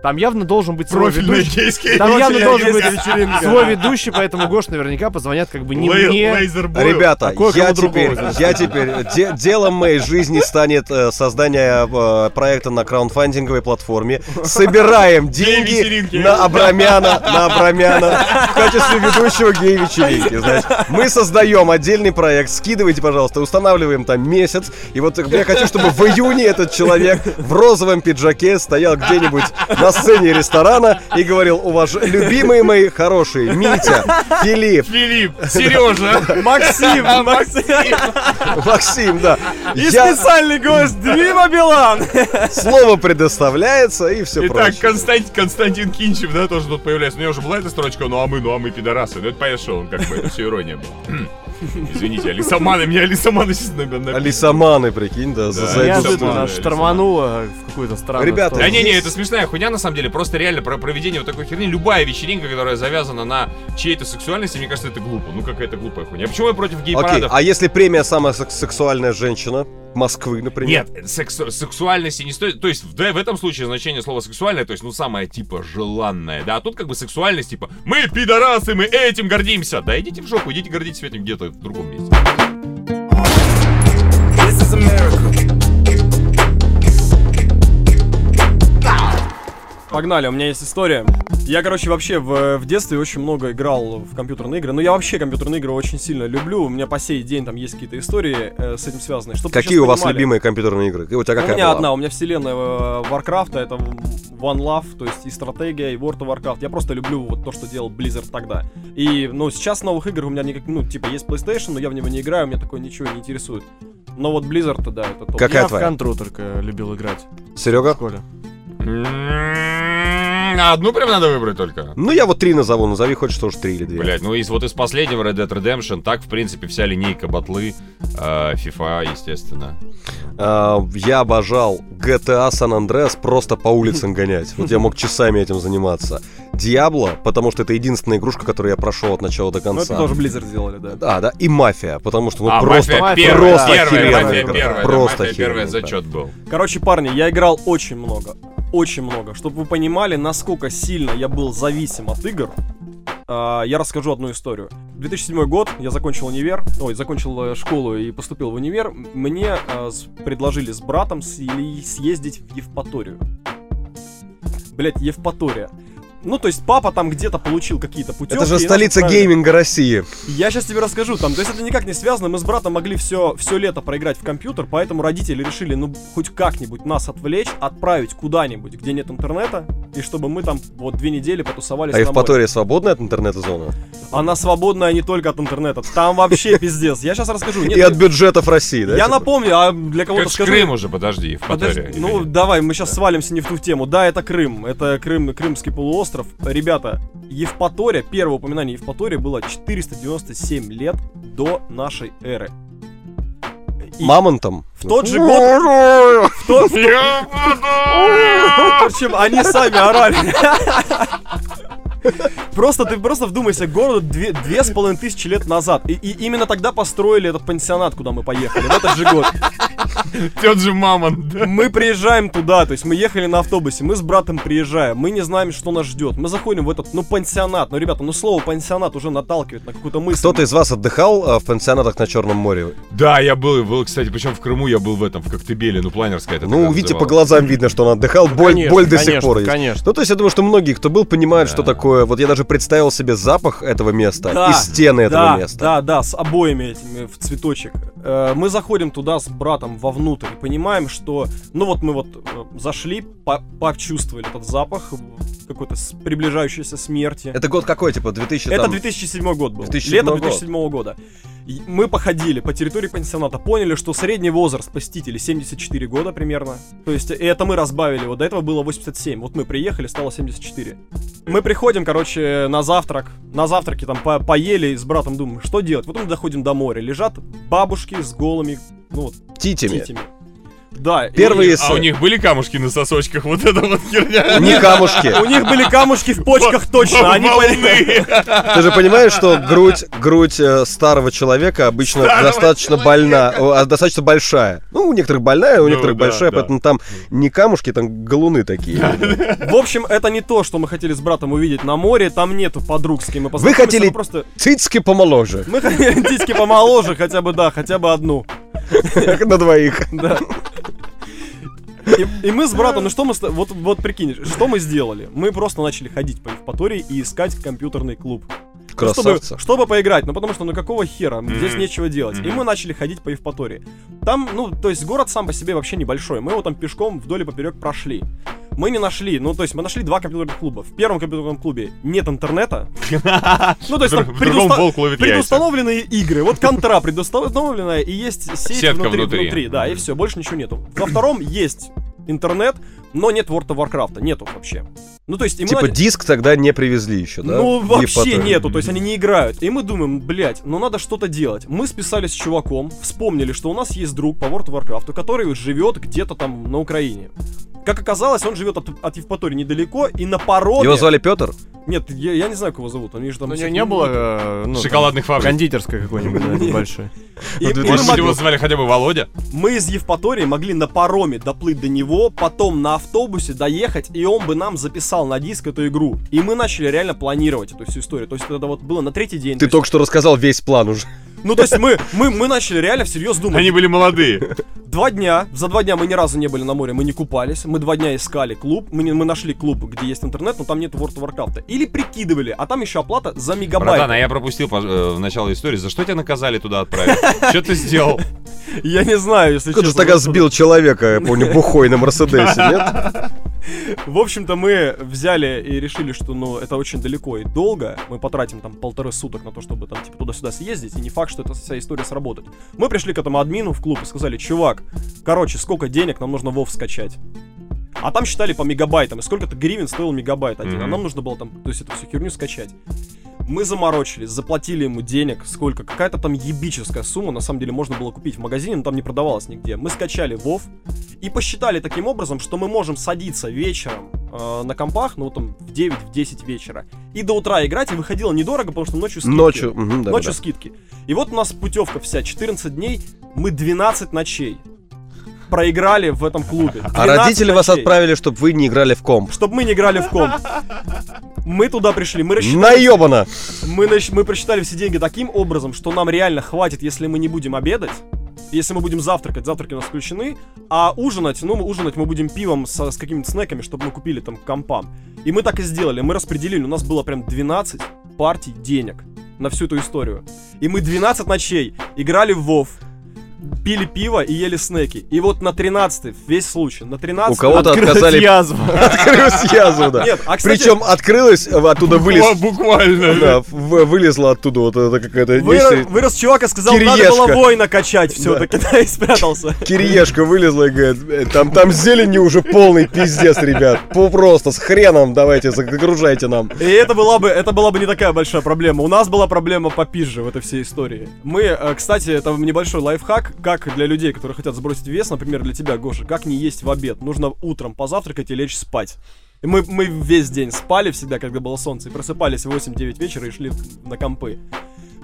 Speaker 4: Там явно должен быть свой
Speaker 3: Профильный
Speaker 4: ведущий.
Speaker 3: гейский.
Speaker 4: Там явно
Speaker 2: Профильная
Speaker 4: должен быть
Speaker 2: гейская вечеринка.
Speaker 4: свой ведущий, поэтому Гош наверняка позвонят как бы не
Speaker 3: лей-
Speaker 4: мне.
Speaker 3: лейзербой.
Speaker 1: Ребята,
Speaker 4: а кое-кому
Speaker 1: я
Speaker 4: другому,
Speaker 1: теперь,
Speaker 4: значит.
Speaker 1: я теперь, де- делом моей жизни станет э, создание э, проекта на краундфандинговой платформе. Собираем деньги
Speaker 3: Гей-вечеринки.
Speaker 1: на Абрамяна, на Абрамяна в качестве ведущего гей-вечеринки. знаете. Мы создаем отдельный проект, скидывайте, пожалуйста, устанавливаем там месяц. И вот я хочу, чтобы в июне этот человек в розовом пиджаке стоял где-нибудь на сцене ресторана и говорил, уваж... любимые мои хорошие, Митя, Филипп,
Speaker 3: Филипп, Сережа.
Speaker 2: Максим, Максим.
Speaker 1: Максим, да.
Speaker 2: И
Speaker 1: Я-
Speaker 2: специальный гость Дима Билан.
Speaker 1: Слово предоставляется и все
Speaker 3: Итак,
Speaker 1: прочее.
Speaker 3: Константин, Константин Кинчев, да, тоже тут появляется. У него уже была эта строчка, ну а мы, ну а мы пидорасы. Ну это понятно, что он как бы, это все ирония была. Хм. Извините, Алисаманы, меня Алисаманы сейчас на
Speaker 1: Алисаманы, прикинь, да, за-
Speaker 3: Да,
Speaker 4: а
Speaker 1: за эту
Speaker 3: Алисаманы.
Speaker 1: сумму.
Speaker 4: Неожиданно штормануло в какую-то страну.
Speaker 1: Ребята,
Speaker 3: Да не, не,
Speaker 1: Есть.
Speaker 3: это смешная хуйня, на самом деле. Просто реально про проведение вот такой херни. Любая вечеринка, которая завязана на чьей-то сексуальности, мне кажется, это глупо. Ну какая-то глупая хуйня. Почему я против
Speaker 1: Окей,
Speaker 3: гей-парадов?
Speaker 1: а если премия самая сек- сексуальная женщина Москвы, например?
Speaker 3: Нет, секс- сексуальности не стоит. То есть, в, да, в этом случае значение слова сексуальное, то есть, ну, самое типа желанное. Да, а тут как бы сексуальность, типа, мы пидорасы, мы этим гордимся. Да идите в жопу, идите гордитесь этим где-то в другом месте.
Speaker 2: Погнали, у меня есть история. Я, короче, вообще в, в детстве очень много играл в компьютерные игры. Но я вообще компьютерные игры очень сильно люблю. У меня по сей день там есть какие-то истории э, с этим связанные. Чтобы вы
Speaker 1: Какие
Speaker 2: сейчас
Speaker 1: у вас
Speaker 2: понимали, Ну,
Speaker 1: любимые компьютерные игры? И у тебя А какая
Speaker 2: у меня
Speaker 1: была?
Speaker 2: одна, у меня вселенная э, Варкрафта, это One Love, то есть и стратегия, и World of Warcraft. Я просто люблю вот то, что делал Blizzard тогда. И, ну, сейчас новых игр у меня никак, ну, типа, есть PlayStation, но я в него не играю, меня такое ничего не интересует. Но вот Blizzard, да, это топ.
Speaker 1: Как- Какая
Speaker 4: я
Speaker 1: твоя?
Speaker 4: в контру только любил играть в
Speaker 1: Серега?
Speaker 4: школе.
Speaker 3: М, а Одну прям надо выбрать только.
Speaker 1: Ну, я вот три назову, назови хоть что ж три или две.
Speaker 3: Блять, ну из вот из последнего Red Dead Redemption, так, в принципе, вся линейка батлы, э, FIFA, естественно.
Speaker 1: А, я обожал GTA San Andreas просто по улицам гонять. Вот я мог часами этим заниматься. Diablo, потому что это единственная игрушка, которую я прошел от начала до
Speaker 2: Ну,
Speaker 1: конца. А,
Speaker 2: это тоже Blizzard сделали, да.
Speaker 1: Да, да, и мафия, потому что ну
Speaker 3: а,
Speaker 1: просто
Speaker 3: мафия
Speaker 4: мафия,
Speaker 3: первая,
Speaker 1: просто
Speaker 3: первая,
Speaker 1: охеренная
Speaker 3: мафия
Speaker 1: игра.
Speaker 3: первая, да,
Speaker 1: Просто
Speaker 3: мафия первая
Speaker 1: охеренная, да.
Speaker 3: зачет был.
Speaker 2: Короче, парни, я играл очень много. Очень много. Чтобы вы понимали, насколько сильно я был зависим от игр, а, я расскажу одну историю. 2007 год, я закончил универ, ой, закончил э, школу и поступил в универ. Мне э, с- предложили с братом с- или съездить в Евпаторию. Блять, Евпатория. Ну, то есть папа там где-то получил какие-то путевки.
Speaker 1: Это
Speaker 2: и
Speaker 1: же
Speaker 2: нас
Speaker 1: столица
Speaker 2: отправили.
Speaker 1: гейминга России.
Speaker 2: Я сейчас тебе расскажу, там, то есть это никак не связано, мы с братом могли все, все лето проиграть в компьютер, поэтому родители решили, ну, хоть как-нибудь нас отвлечь, отправить куда-нибудь, где нет интернета, и чтобы мы там вот две недели потусовались
Speaker 1: А
Speaker 2: домой.
Speaker 1: Евпатория свободная от интернета-зона?
Speaker 2: Она свободная не только от интернета, там вообще пиздец, я сейчас расскажу. Нет,
Speaker 1: И от бюджетов России, да?
Speaker 2: я
Speaker 1: типа?
Speaker 2: напомню, а для
Speaker 3: Это
Speaker 2: кого-то
Speaker 3: ж
Speaker 2: скажу...
Speaker 3: Крым уже, подожди, в
Speaker 2: Подожди,
Speaker 3: Патере.
Speaker 2: ну давай, мы сейчас свалимся не в ту тему. Да, это Крым, это Крым, Крымский полуостров. Ребята, Евпатория, первое упоминание Евпатории было 497 лет до нашей эры. И
Speaker 1: Мамонтом.
Speaker 2: в тот же год, в тот, в общем, они сами орали. Просто ты просто вдумайся, городу две, две с половиной тысячи лет назад. И, и именно тогда построили этот пансионат, куда мы поехали, в этот же год.
Speaker 3: Тот же мамонт, да.
Speaker 2: Мы приезжаем туда, то есть мы ехали на автобусе, мы с братом приезжаем, мы не знаем, что нас ждет. Мы заходим в этот, ну, пансионат. Ну, ребята, ну, слово пансионат уже наталкивает на какую-то мысль.
Speaker 1: Кто-то из вас отдыхал а, в пансионатах на Черном море?
Speaker 3: Да, я был, был, кстати, причем в Крыму я был в этом, в Коктебеле, ну планерская это
Speaker 1: Ну, видите,
Speaker 3: видите,
Speaker 1: по глазам видно, что он отдыхал. Боль,
Speaker 4: Конечно,
Speaker 1: боль до сих
Speaker 4: конечно,
Speaker 1: пор есть.
Speaker 4: Конечно.
Speaker 1: Ну, то есть, я думаю, что многие, кто был, понимают, что
Speaker 3: Да.
Speaker 1: такое. Вот я даже представил себе запах этого места
Speaker 2: Да,
Speaker 1: и стены этого
Speaker 2: да,
Speaker 1: места.
Speaker 2: Да, да, с обоими этими в цветочек. Э, Мы заходим туда с братом вовнутрь и понимаем, что, ну вот мы вот э, зашли, по- почувствовали этот запах э, какой-то с- приближающейся смерти.
Speaker 1: Это год какой, типа, 2000
Speaker 2: Это
Speaker 1: там?
Speaker 2: 2007 год был.
Speaker 1: 2007
Speaker 2: Лето
Speaker 1: год.
Speaker 2: 2007 года. И Мы походили по территории пансионата, поняли, что средний возраст посетителей 74 года примерно. То есть и это мы разбавили. Вот до этого было 87. Вот мы приехали, стало 74. Мы приходим, короче, на завтрак. На завтраке там по- поели и с братом думаем, что делать. Вот мы доходим до моря. Лежат бабушки с голыми, ну вот,
Speaker 1: Титями.
Speaker 2: титями. Да. и
Speaker 1: Первые
Speaker 3: А у них были камушки на сосочках, вот это вот херня.
Speaker 1: Не камушки.
Speaker 2: У них были камушки в почках, точно. а Они поняли. Ну,
Speaker 3: Волны.
Speaker 1: Ты же понимаешь, что грудь, грудь э, старого человека обычно
Speaker 3: Старого
Speaker 1: достаточно
Speaker 3: человека.
Speaker 1: больна, о, а, достаточно большая. Ну, у некоторых больная, у
Speaker 3: Ну,
Speaker 1: некоторых
Speaker 3: да,
Speaker 1: большая,
Speaker 3: да.
Speaker 1: поэтому там не камушки, там галуны такие.
Speaker 2: В общем, это не то, что мы хотели с братом увидеть на море. Там нету подруг, с кем мы
Speaker 1: Вы
Speaker 2: познакомимся.
Speaker 1: хотели-
Speaker 2: мы просто...
Speaker 1: Цицки помоложе.
Speaker 2: Мы хотели титьки помоложе, хотя бы, да, хотя бы одну.
Speaker 1: Как на двоих.
Speaker 2: Да. И, и мы с братом, ну что мы... с- Вот, вот прикинь, что мы сделали? Мы просто начали ходить по Евпатории и искать компьютерный клуб. Ну, чтобы,
Speaker 1: Красавцы.
Speaker 2: чтобы поиграть, ну потому что ну какого хера, здесь
Speaker 3: Мгм.
Speaker 2: нечего делать. И
Speaker 3: Мгм.
Speaker 2: мы начали ходить по Евпатории. Там, ну, то есть город сам по себе вообще небольшой. Мы его там пешком вдоль и поперек прошли. Мы не нашли, ну то есть мы нашли два компьютерных клуба. В первом компьютерном клубе нет интернета. Ну то есть там
Speaker 3: В другом
Speaker 2: предуста-
Speaker 3: волк ловит яйца.
Speaker 2: предустановленные игры. Вот контра предустановленная и есть сеть
Speaker 3: Сетка
Speaker 2: внутри,
Speaker 3: внутри.
Speaker 2: Да, и все, больше ничего нету. Во втором есть интернет, но нет World of Warcraft, нету вообще. Ну то есть и мы
Speaker 1: Типа
Speaker 2: на-
Speaker 1: диск тогда не привезли еще, да?
Speaker 2: ну,
Speaker 1: Не
Speaker 2: вообще
Speaker 1: потом.
Speaker 2: нету, то есть они не играют. И мы думаем, блядь, ну надо что-то делать. Мы списались с чуваком, вспомнили, что у нас есть друг по World of Warcraft, который живет где-то там на Украине. Как оказалось, он живет от, от Евпатории недалеко, и на пароме...
Speaker 1: Его звали Петр?
Speaker 2: Нет, я, я не знаю, как его зовут, они же там...
Speaker 4: Ну,
Speaker 2: всех-
Speaker 4: не, не было э, ну, там,
Speaker 3: Шоколадных фабрик.
Speaker 4: кондитерской какой-нибудь, да, небольшой.
Speaker 2: И- и мы
Speaker 1: Может,
Speaker 2: могли-
Speaker 3: Может, его звали хотя бы Володя?
Speaker 2: мы из Евпатории могли на пароме доплыть до него, потом на автобусе доехать, и он бы нам записал на диск эту игру. И мы начали реально планировать эту всю историю. То есть это вот было на третий день.
Speaker 1: Ты
Speaker 2: то есть
Speaker 1: только что рассказал весь план уже.
Speaker 2: Ну, то есть мы, мы, мы начали реально всерьез думать.
Speaker 3: Они были молодые.
Speaker 2: Два дня, за два дня мы ни разу не были на море, мы не купались, мы два дня искали клуб, мы, не- мы нашли клуб, где есть интернет, но там нет World of Warcraft. Или прикидывали, а там еще оплата за мегабайт.
Speaker 3: Братан, а я пропустил пож- э, в начало истории. За что тебя наказали туда отправить? Что ты сделал?
Speaker 2: Я не знаю, если
Speaker 1: Кто-то же
Speaker 2: честно,
Speaker 1: тогда
Speaker 2: вот-
Speaker 1: сбил человека, я помню, бухой на Мерседесе, нет?
Speaker 2: В общем-то, мы взяли и решили, что, ну, это очень далеко и долго. Мы потратим там полторы суток на то, чтобы там, типа, туда-сюда съездить, и не факт, что эта вся история сработает. Мы пришли к этому админу в клуб и сказали, чувак, короче, сколько денег нам нужно вов скачать? А там считали по мегабайтам, и сколько-то гривен стоил мегабайт один, а
Speaker 3: Мгм.
Speaker 2: нам нужно было там, то есть, эту всю херню скачать. Мы заморочились, заплатили ему денег, сколько, какая-то там ебическая сумма, на самом деле, можно было купить в магазине, но там не продавалось нигде. Мы скачали Вов и посчитали таким образом, что мы можем садиться вечером э, на компах, ну, там, в 9-10 вечера, и до утра играть, и выходило недорого, потому что ночью скидки.
Speaker 1: Ночью, мгм, да,
Speaker 2: ночью
Speaker 1: да.
Speaker 2: скидки. И вот у нас путевка вся, 14 дней, мы 12 ночей проиграли в этом клубе.
Speaker 1: А
Speaker 2: 12
Speaker 1: родители вас
Speaker 2: ночей.
Speaker 1: отправили, чтобы вы не играли в комп.
Speaker 2: Чтобы мы не играли в комп. Мы туда пришли, мы рассчитали
Speaker 1: Наебано!
Speaker 2: мы, нач- мы просчитали все деньги таким образом, что нам реально хватит, если мы не будем обедать. Если мы будем завтракать, завтраки у нас включены, а ужинать, ну, ужинать мы будем пивом со- с какими-то снеками, чтобы мы купили там к компам. И мы так и сделали, мы распределили, у нас было прям 12 партий денег на всю эту историю. И мы 12 ночей играли в Вов, пили пиво и ели снеки. И вот на 13 весь случай, на 13
Speaker 1: У кого-то
Speaker 4: Открылась
Speaker 1: отказали,
Speaker 4: язва.
Speaker 1: открылась язва, да.
Speaker 2: Нет, а кстати,
Speaker 1: Причем открылась, э, оттуда
Speaker 3: О,
Speaker 1: вылез. Да,
Speaker 3: Буквально.
Speaker 1: в- вылезла оттуда вот это какая-то
Speaker 2: Вырос,
Speaker 1: нечто.
Speaker 2: вырос чувак и сказал, надо
Speaker 1: Кириешка.
Speaker 2: было воина качать все-таки, да. и спрятался.
Speaker 1: Кириешка вылезла и говорит, «Э, там, там зелени уже полный пиздец, ребят. По- Просто с хреном давайте, загружайте нам.
Speaker 2: И это была бы, это была бы не такая большая проблема. У нас была проблема попизже в этой всей истории. Мы, э, кстати, это небольшой лайфхак, как для людей, которые хотят сбросить вес, например, для тебя, Гоша, как не есть в обед. Нужно утром позавтракать и лечь спать. И Мы, мы весь день спали всегда, когда было солнце, и просыпались в 8-9 вечера и шли на компы.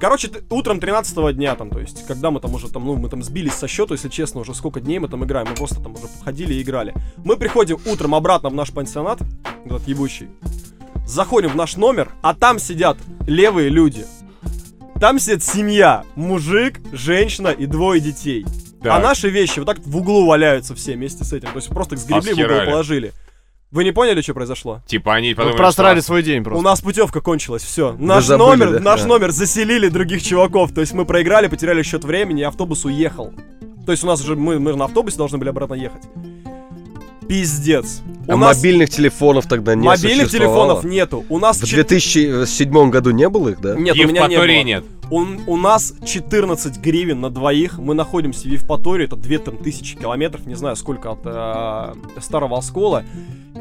Speaker 2: Короче, т- утром 13 дня там, то есть, когда мы там уже там, ну, мы там сбились со счету, если честно, уже сколько дней мы там играем, мы просто там уже ходили и играли. Мы приходим утром обратно в наш пансионат, этот ебучий, заходим в наш номер, а там сидят левые люди. Там сидит семья, мужик, женщина и двое детей.
Speaker 3: Так.
Speaker 2: А наши вещи вот так в углу валяются все вместе с этим. То есть просто их сгребли в угол
Speaker 3: Обсирали.
Speaker 2: положили. Вы не поняли, что произошло?
Speaker 3: Типа
Speaker 2: Ну,
Speaker 3: они подумали,
Speaker 4: Просрали
Speaker 3: что-
Speaker 4: свой день
Speaker 2: У
Speaker 4: просто.
Speaker 2: нас путевка кончилась, все. Наш
Speaker 1: забыли,
Speaker 2: номер,
Speaker 1: да?
Speaker 2: наш
Speaker 1: Да.
Speaker 2: номер заселили других чуваков. То есть мы проиграли, потеряли счет времени, и автобус уехал. То есть у нас же мы, мы же на автобусе должны были обратно ехать. Пиздец. У
Speaker 1: А
Speaker 2: нас
Speaker 1: мобильных телефонов тогда не
Speaker 2: мобильных
Speaker 1: существовало?
Speaker 2: телефонов нету. У нас
Speaker 1: В
Speaker 2: чет-
Speaker 1: 2007 году не было их, да?
Speaker 2: Нет, у меня не
Speaker 3: Евпатории
Speaker 2: было.
Speaker 3: нет.
Speaker 2: Он- у нас 14 гривен на двоих. Мы находимся в Евпатории, это 2000 километров, не знаю сколько от э, Старого Оскола.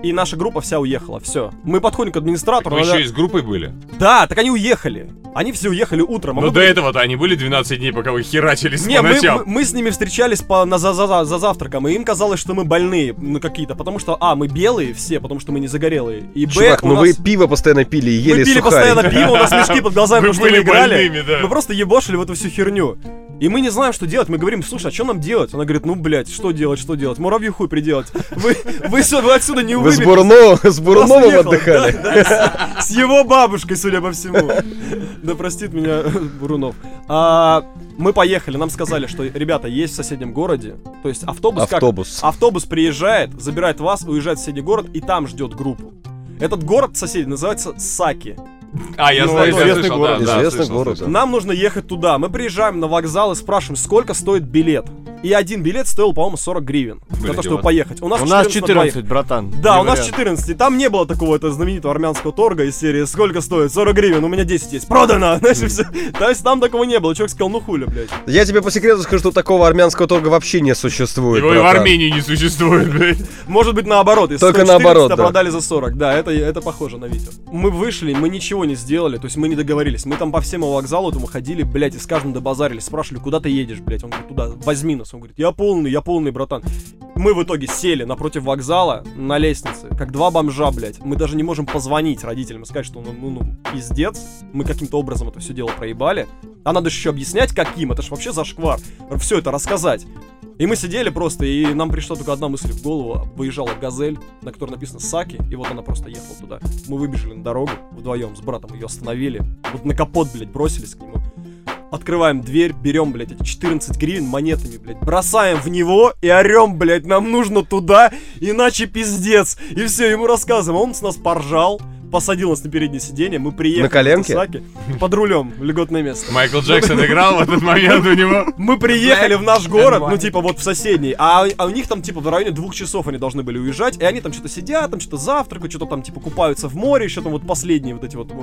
Speaker 2: И наша группа вся уехала, все. Мы подходим к администратору.
Speaker 3: Вы
Speaker 2: она-
Speaker 3: еще и с группой были?
Speaker 2: Да, так они уехали. Они все уехали утром. а
Speaker 3: Ну а
Speaker 2: мы
Speaker 3: до
Speaker 2: были-
Speaker 3: этого-то они были 12 дней, пока вы херачились
Speaker 2: Не,
Speaker 3: по
Speaker 2: мы,
Speaker 3: ночам.
Speaker 2: мы- мы с ними встречались по, на, за, за- за- за завтраком, и им казалось, что мы больные ну, какие-то, потому что, а, мы белые все, потому что мы не загорелые, и, б,
Speaker 1: Чувак,
Speaker 2: у
Speaker 1: ну
Speaker 2: нас-
Speaker 1: вы пиво постоянно пили и ели
Speaker 2: мы пили
Speaker 1: сухарики.
Speaker 2: постоянно пиво, у нас мешки под глазами,
Speaker 3: Вы
Speaker 2: потому что мы
Speaker 3: были
Speaker 2: играли.
Speaker 3: больными, да.
Speaker 2: Мы просто ебошили в эту всю херню. И мы не знаем, что делать. Мы говорим, слушай, а что нам делать? Она говорит, ну, блядь, что делать, что делать? Муравью хуй приделать. Вы, вы, сё- вы отсюда не
Speaker 1: Вы с
Speaker 2: выберетесь.
Speaker 1: Бурно- с
Speaker 2: Просто
Speaker 1: Бурновым
Speaker 2: ехал,
Speaker 1: отдыхали?
Speaker 2: да, да, с, с его бабушкой, судя по всему. Да простит меня Бурунов. А, мы поехали, нам сказали, что, ребята, есть в соседнем городе. То есть автобус как?
Speaker 1: Автобус.
Speaker 2: Автобус приезжает, забирает вас, уезжает в соседний город и там ждет группу. Этот город соседний называется Саки.
Speaker 3: А, я
Speaker 4: Ну,
Speaker 3: знаю, я
Speaker 4: известный
Speaker 3: слышал,
Speaker 4: город.
Speaker 3: да, да,
Speaker 1: Известный
Speaker 3: слышал,
Speaker 1: город,
Speaker 3: слышал.
Speaker 2: Нам нужно ехать туда. Мы приезжаем на вокзал и спрашиваем, сколько стоит билет. И один билет стоил, по-моему, 40 гривен.
Speaker 3: Блин,
Speaker 2: за то, чтобы
Speaker 3: дела.
Speaker 2: поехать. У нас,
Speaker 4: У нас
Speaker 2: на двоих.
Speaker 4: 14, братан.
Speaker 2: Да,
Speaker 4: Не
Speaker 2: у нас
Speaker 4: вариант.
Speaker 2: 14, и там не было такого это знаменитого армянского торга из серии «Сколько стоит? 40 гривен, у меня 10 есть, продано!» Знаешь, и всё. То есть там такого не было, человек сказал «Ну хули, блядь».
Speaker 1: Я тебе по секрету скажу, что такого армянского торга вообще не существует.
Speaker 3: Его и в
Speaker 1: братан.
Speaker 3: Армении не существует, блядь.
Speaker 2: Может быть, наоборот, если
Speaker 1: Только
Speaker 2: 114,
Speaker 1: наоборот,
Speaker 2: а
Speaker 1: да.
Speaker 2: продали за 40, да, это, это похоже на Витю. Мы вышли, мы ничего не сделали, то есть мы не договорились, мы там по всему вокзалу этому ходили, блядь, и с каждым добазарились, спрашивали, куда ты едешь, блядь, он говорит, туда, возьми нас, он говорит, я полный, я полный, братан. Мы в итоге сели напротив вокзала на лестнице, как два бомжа, блядь, мы даже не можем позвонить родителям и сказать, что ну, ну, ну, пиздец, мы каким-то образом это все дело проебали, а надо же еще объяснять, каким, это же вообще зашквар, все это рассказать. И мы сидели просто, и нам пришла только одна мысль в голову. Выезжала газель, на которой написано Саки, и вот она просто ехала туда. Мы выбежали на дорогу вдвоем с братом, ее остановили. Вот на капот, блядь, бросились к нему. открываем дверь, берем, блядь, эти 14 гривен монетами, блядь, бросаем в него и орем, блядь, нам нужно туда, иначе пиздец. И все, ему рассказываем, а он с нас поржал, посадил нас на переднее сиденье, мы приехали.
Speaker 1: На коленке?
Speaker 2: в Касаки, под рулем, в льготное место.
Speaker 3: Майкл Джексон играл в этот момент у него.
Speaker 2: Мы приехали в наш город, ну
Speaker 5: white.
Speaker 2: типа вот в соседний, а, а у них там типа в районе двух часов они должны были уезжать, и они там что-то сидят, там что-то завтракают, что-то там типа купаются в море, еще там вот последние вот эти вот э,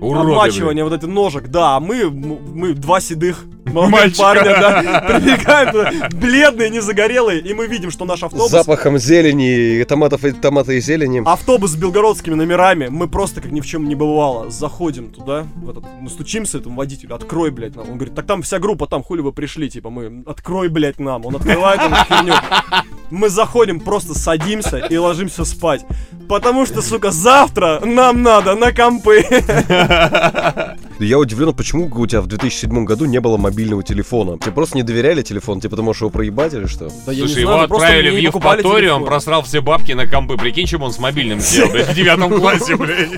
Speaker 3: Уроды, блин.
Speaker 2: обмачивание вот эти ножек, да, а мы, м- мы два седых молодых
Speaker 3: Мальчика.
Speaker 2: парня, да, прибегаем туда, бледные, не загорелые, и мы видим, что наш
Speaker 1: С
Speaker 2: автобус,
Speaker 1: запахом зелени, и томатов и томата и зелени.
Speaker 2: автобус с белгородскими номерами, мы просто как ни в чем не бывало, заходим туда, в этот, ну, стучимся этому водителю, открой, блядь, нам, он говорит, так там вся группа, там хули вы пришли, типа, мы, открой, блядь, нам, он открывает эту херню, мы заходим, просто садимся и ложимся спать, потому что, сука, завтра нам надо на компы.
Speaker 1: Я удивлен, почему у тебя в 2007 году не было мобильного телефона. Тебе просто не доверяли телефон, типа ты можешь его проебать или что?
Speaker 3: Слушай, его отправили в Евпаторию, он просрал все бабки на компы. Прикинь, чем он с мобильным сел, блядь, в девятом классе, блядь.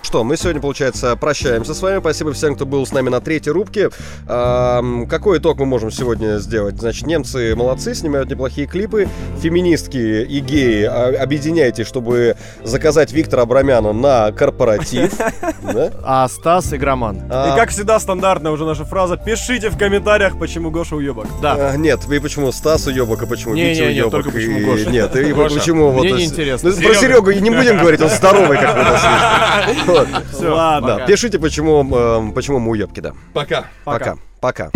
Speaker 1: Что, мы сегодня, получается, прощаемся с вами. Спасибо всем, кто был с нами на третьей рубке. Ам, какой итог мы можем сегодня сделать? Значит, немцы молодцы, снимают неплохие клипы. Феминистки и геи, а, объединяйтесь, чтобы заказать Виктора Абрамяна на корпоратив. Да?
Speaker 4: А Стас игроман.
Speaker 1: А,
Speaker 2: И как всегда, стандартная уже наша фраза. Пишите в комментариях, почему Гоша уебок.
Speaker 1: а, Нет, и почему Стас уебок, и почему
Speaker 4: Не,
Speaker 1: Витя
Speaker 4: не, не,
Speaker 1: уебок,
Speaker 4: только почему
Speaker 1: и-
Speaker 4: Гоша.
Speaker 1: Нет, и
Speaker 4: Гоша,
Speaker 1: почему вот...
Speaker 4: мне
Speaker 1: это-
Speaker 4: неинтересно.
Speaker 1: Ну, Про Серегу
Speaker 4: Серега.
Speaker 1: и не будем говорить, он здоровый какой-то. Вот.
Speaker 2: Ладно.
Speaker 1: Да, пишите, почему, эм, почему мы уебки, да.
Speaker 3: Пока.
Speaker 1: Пока. Пока.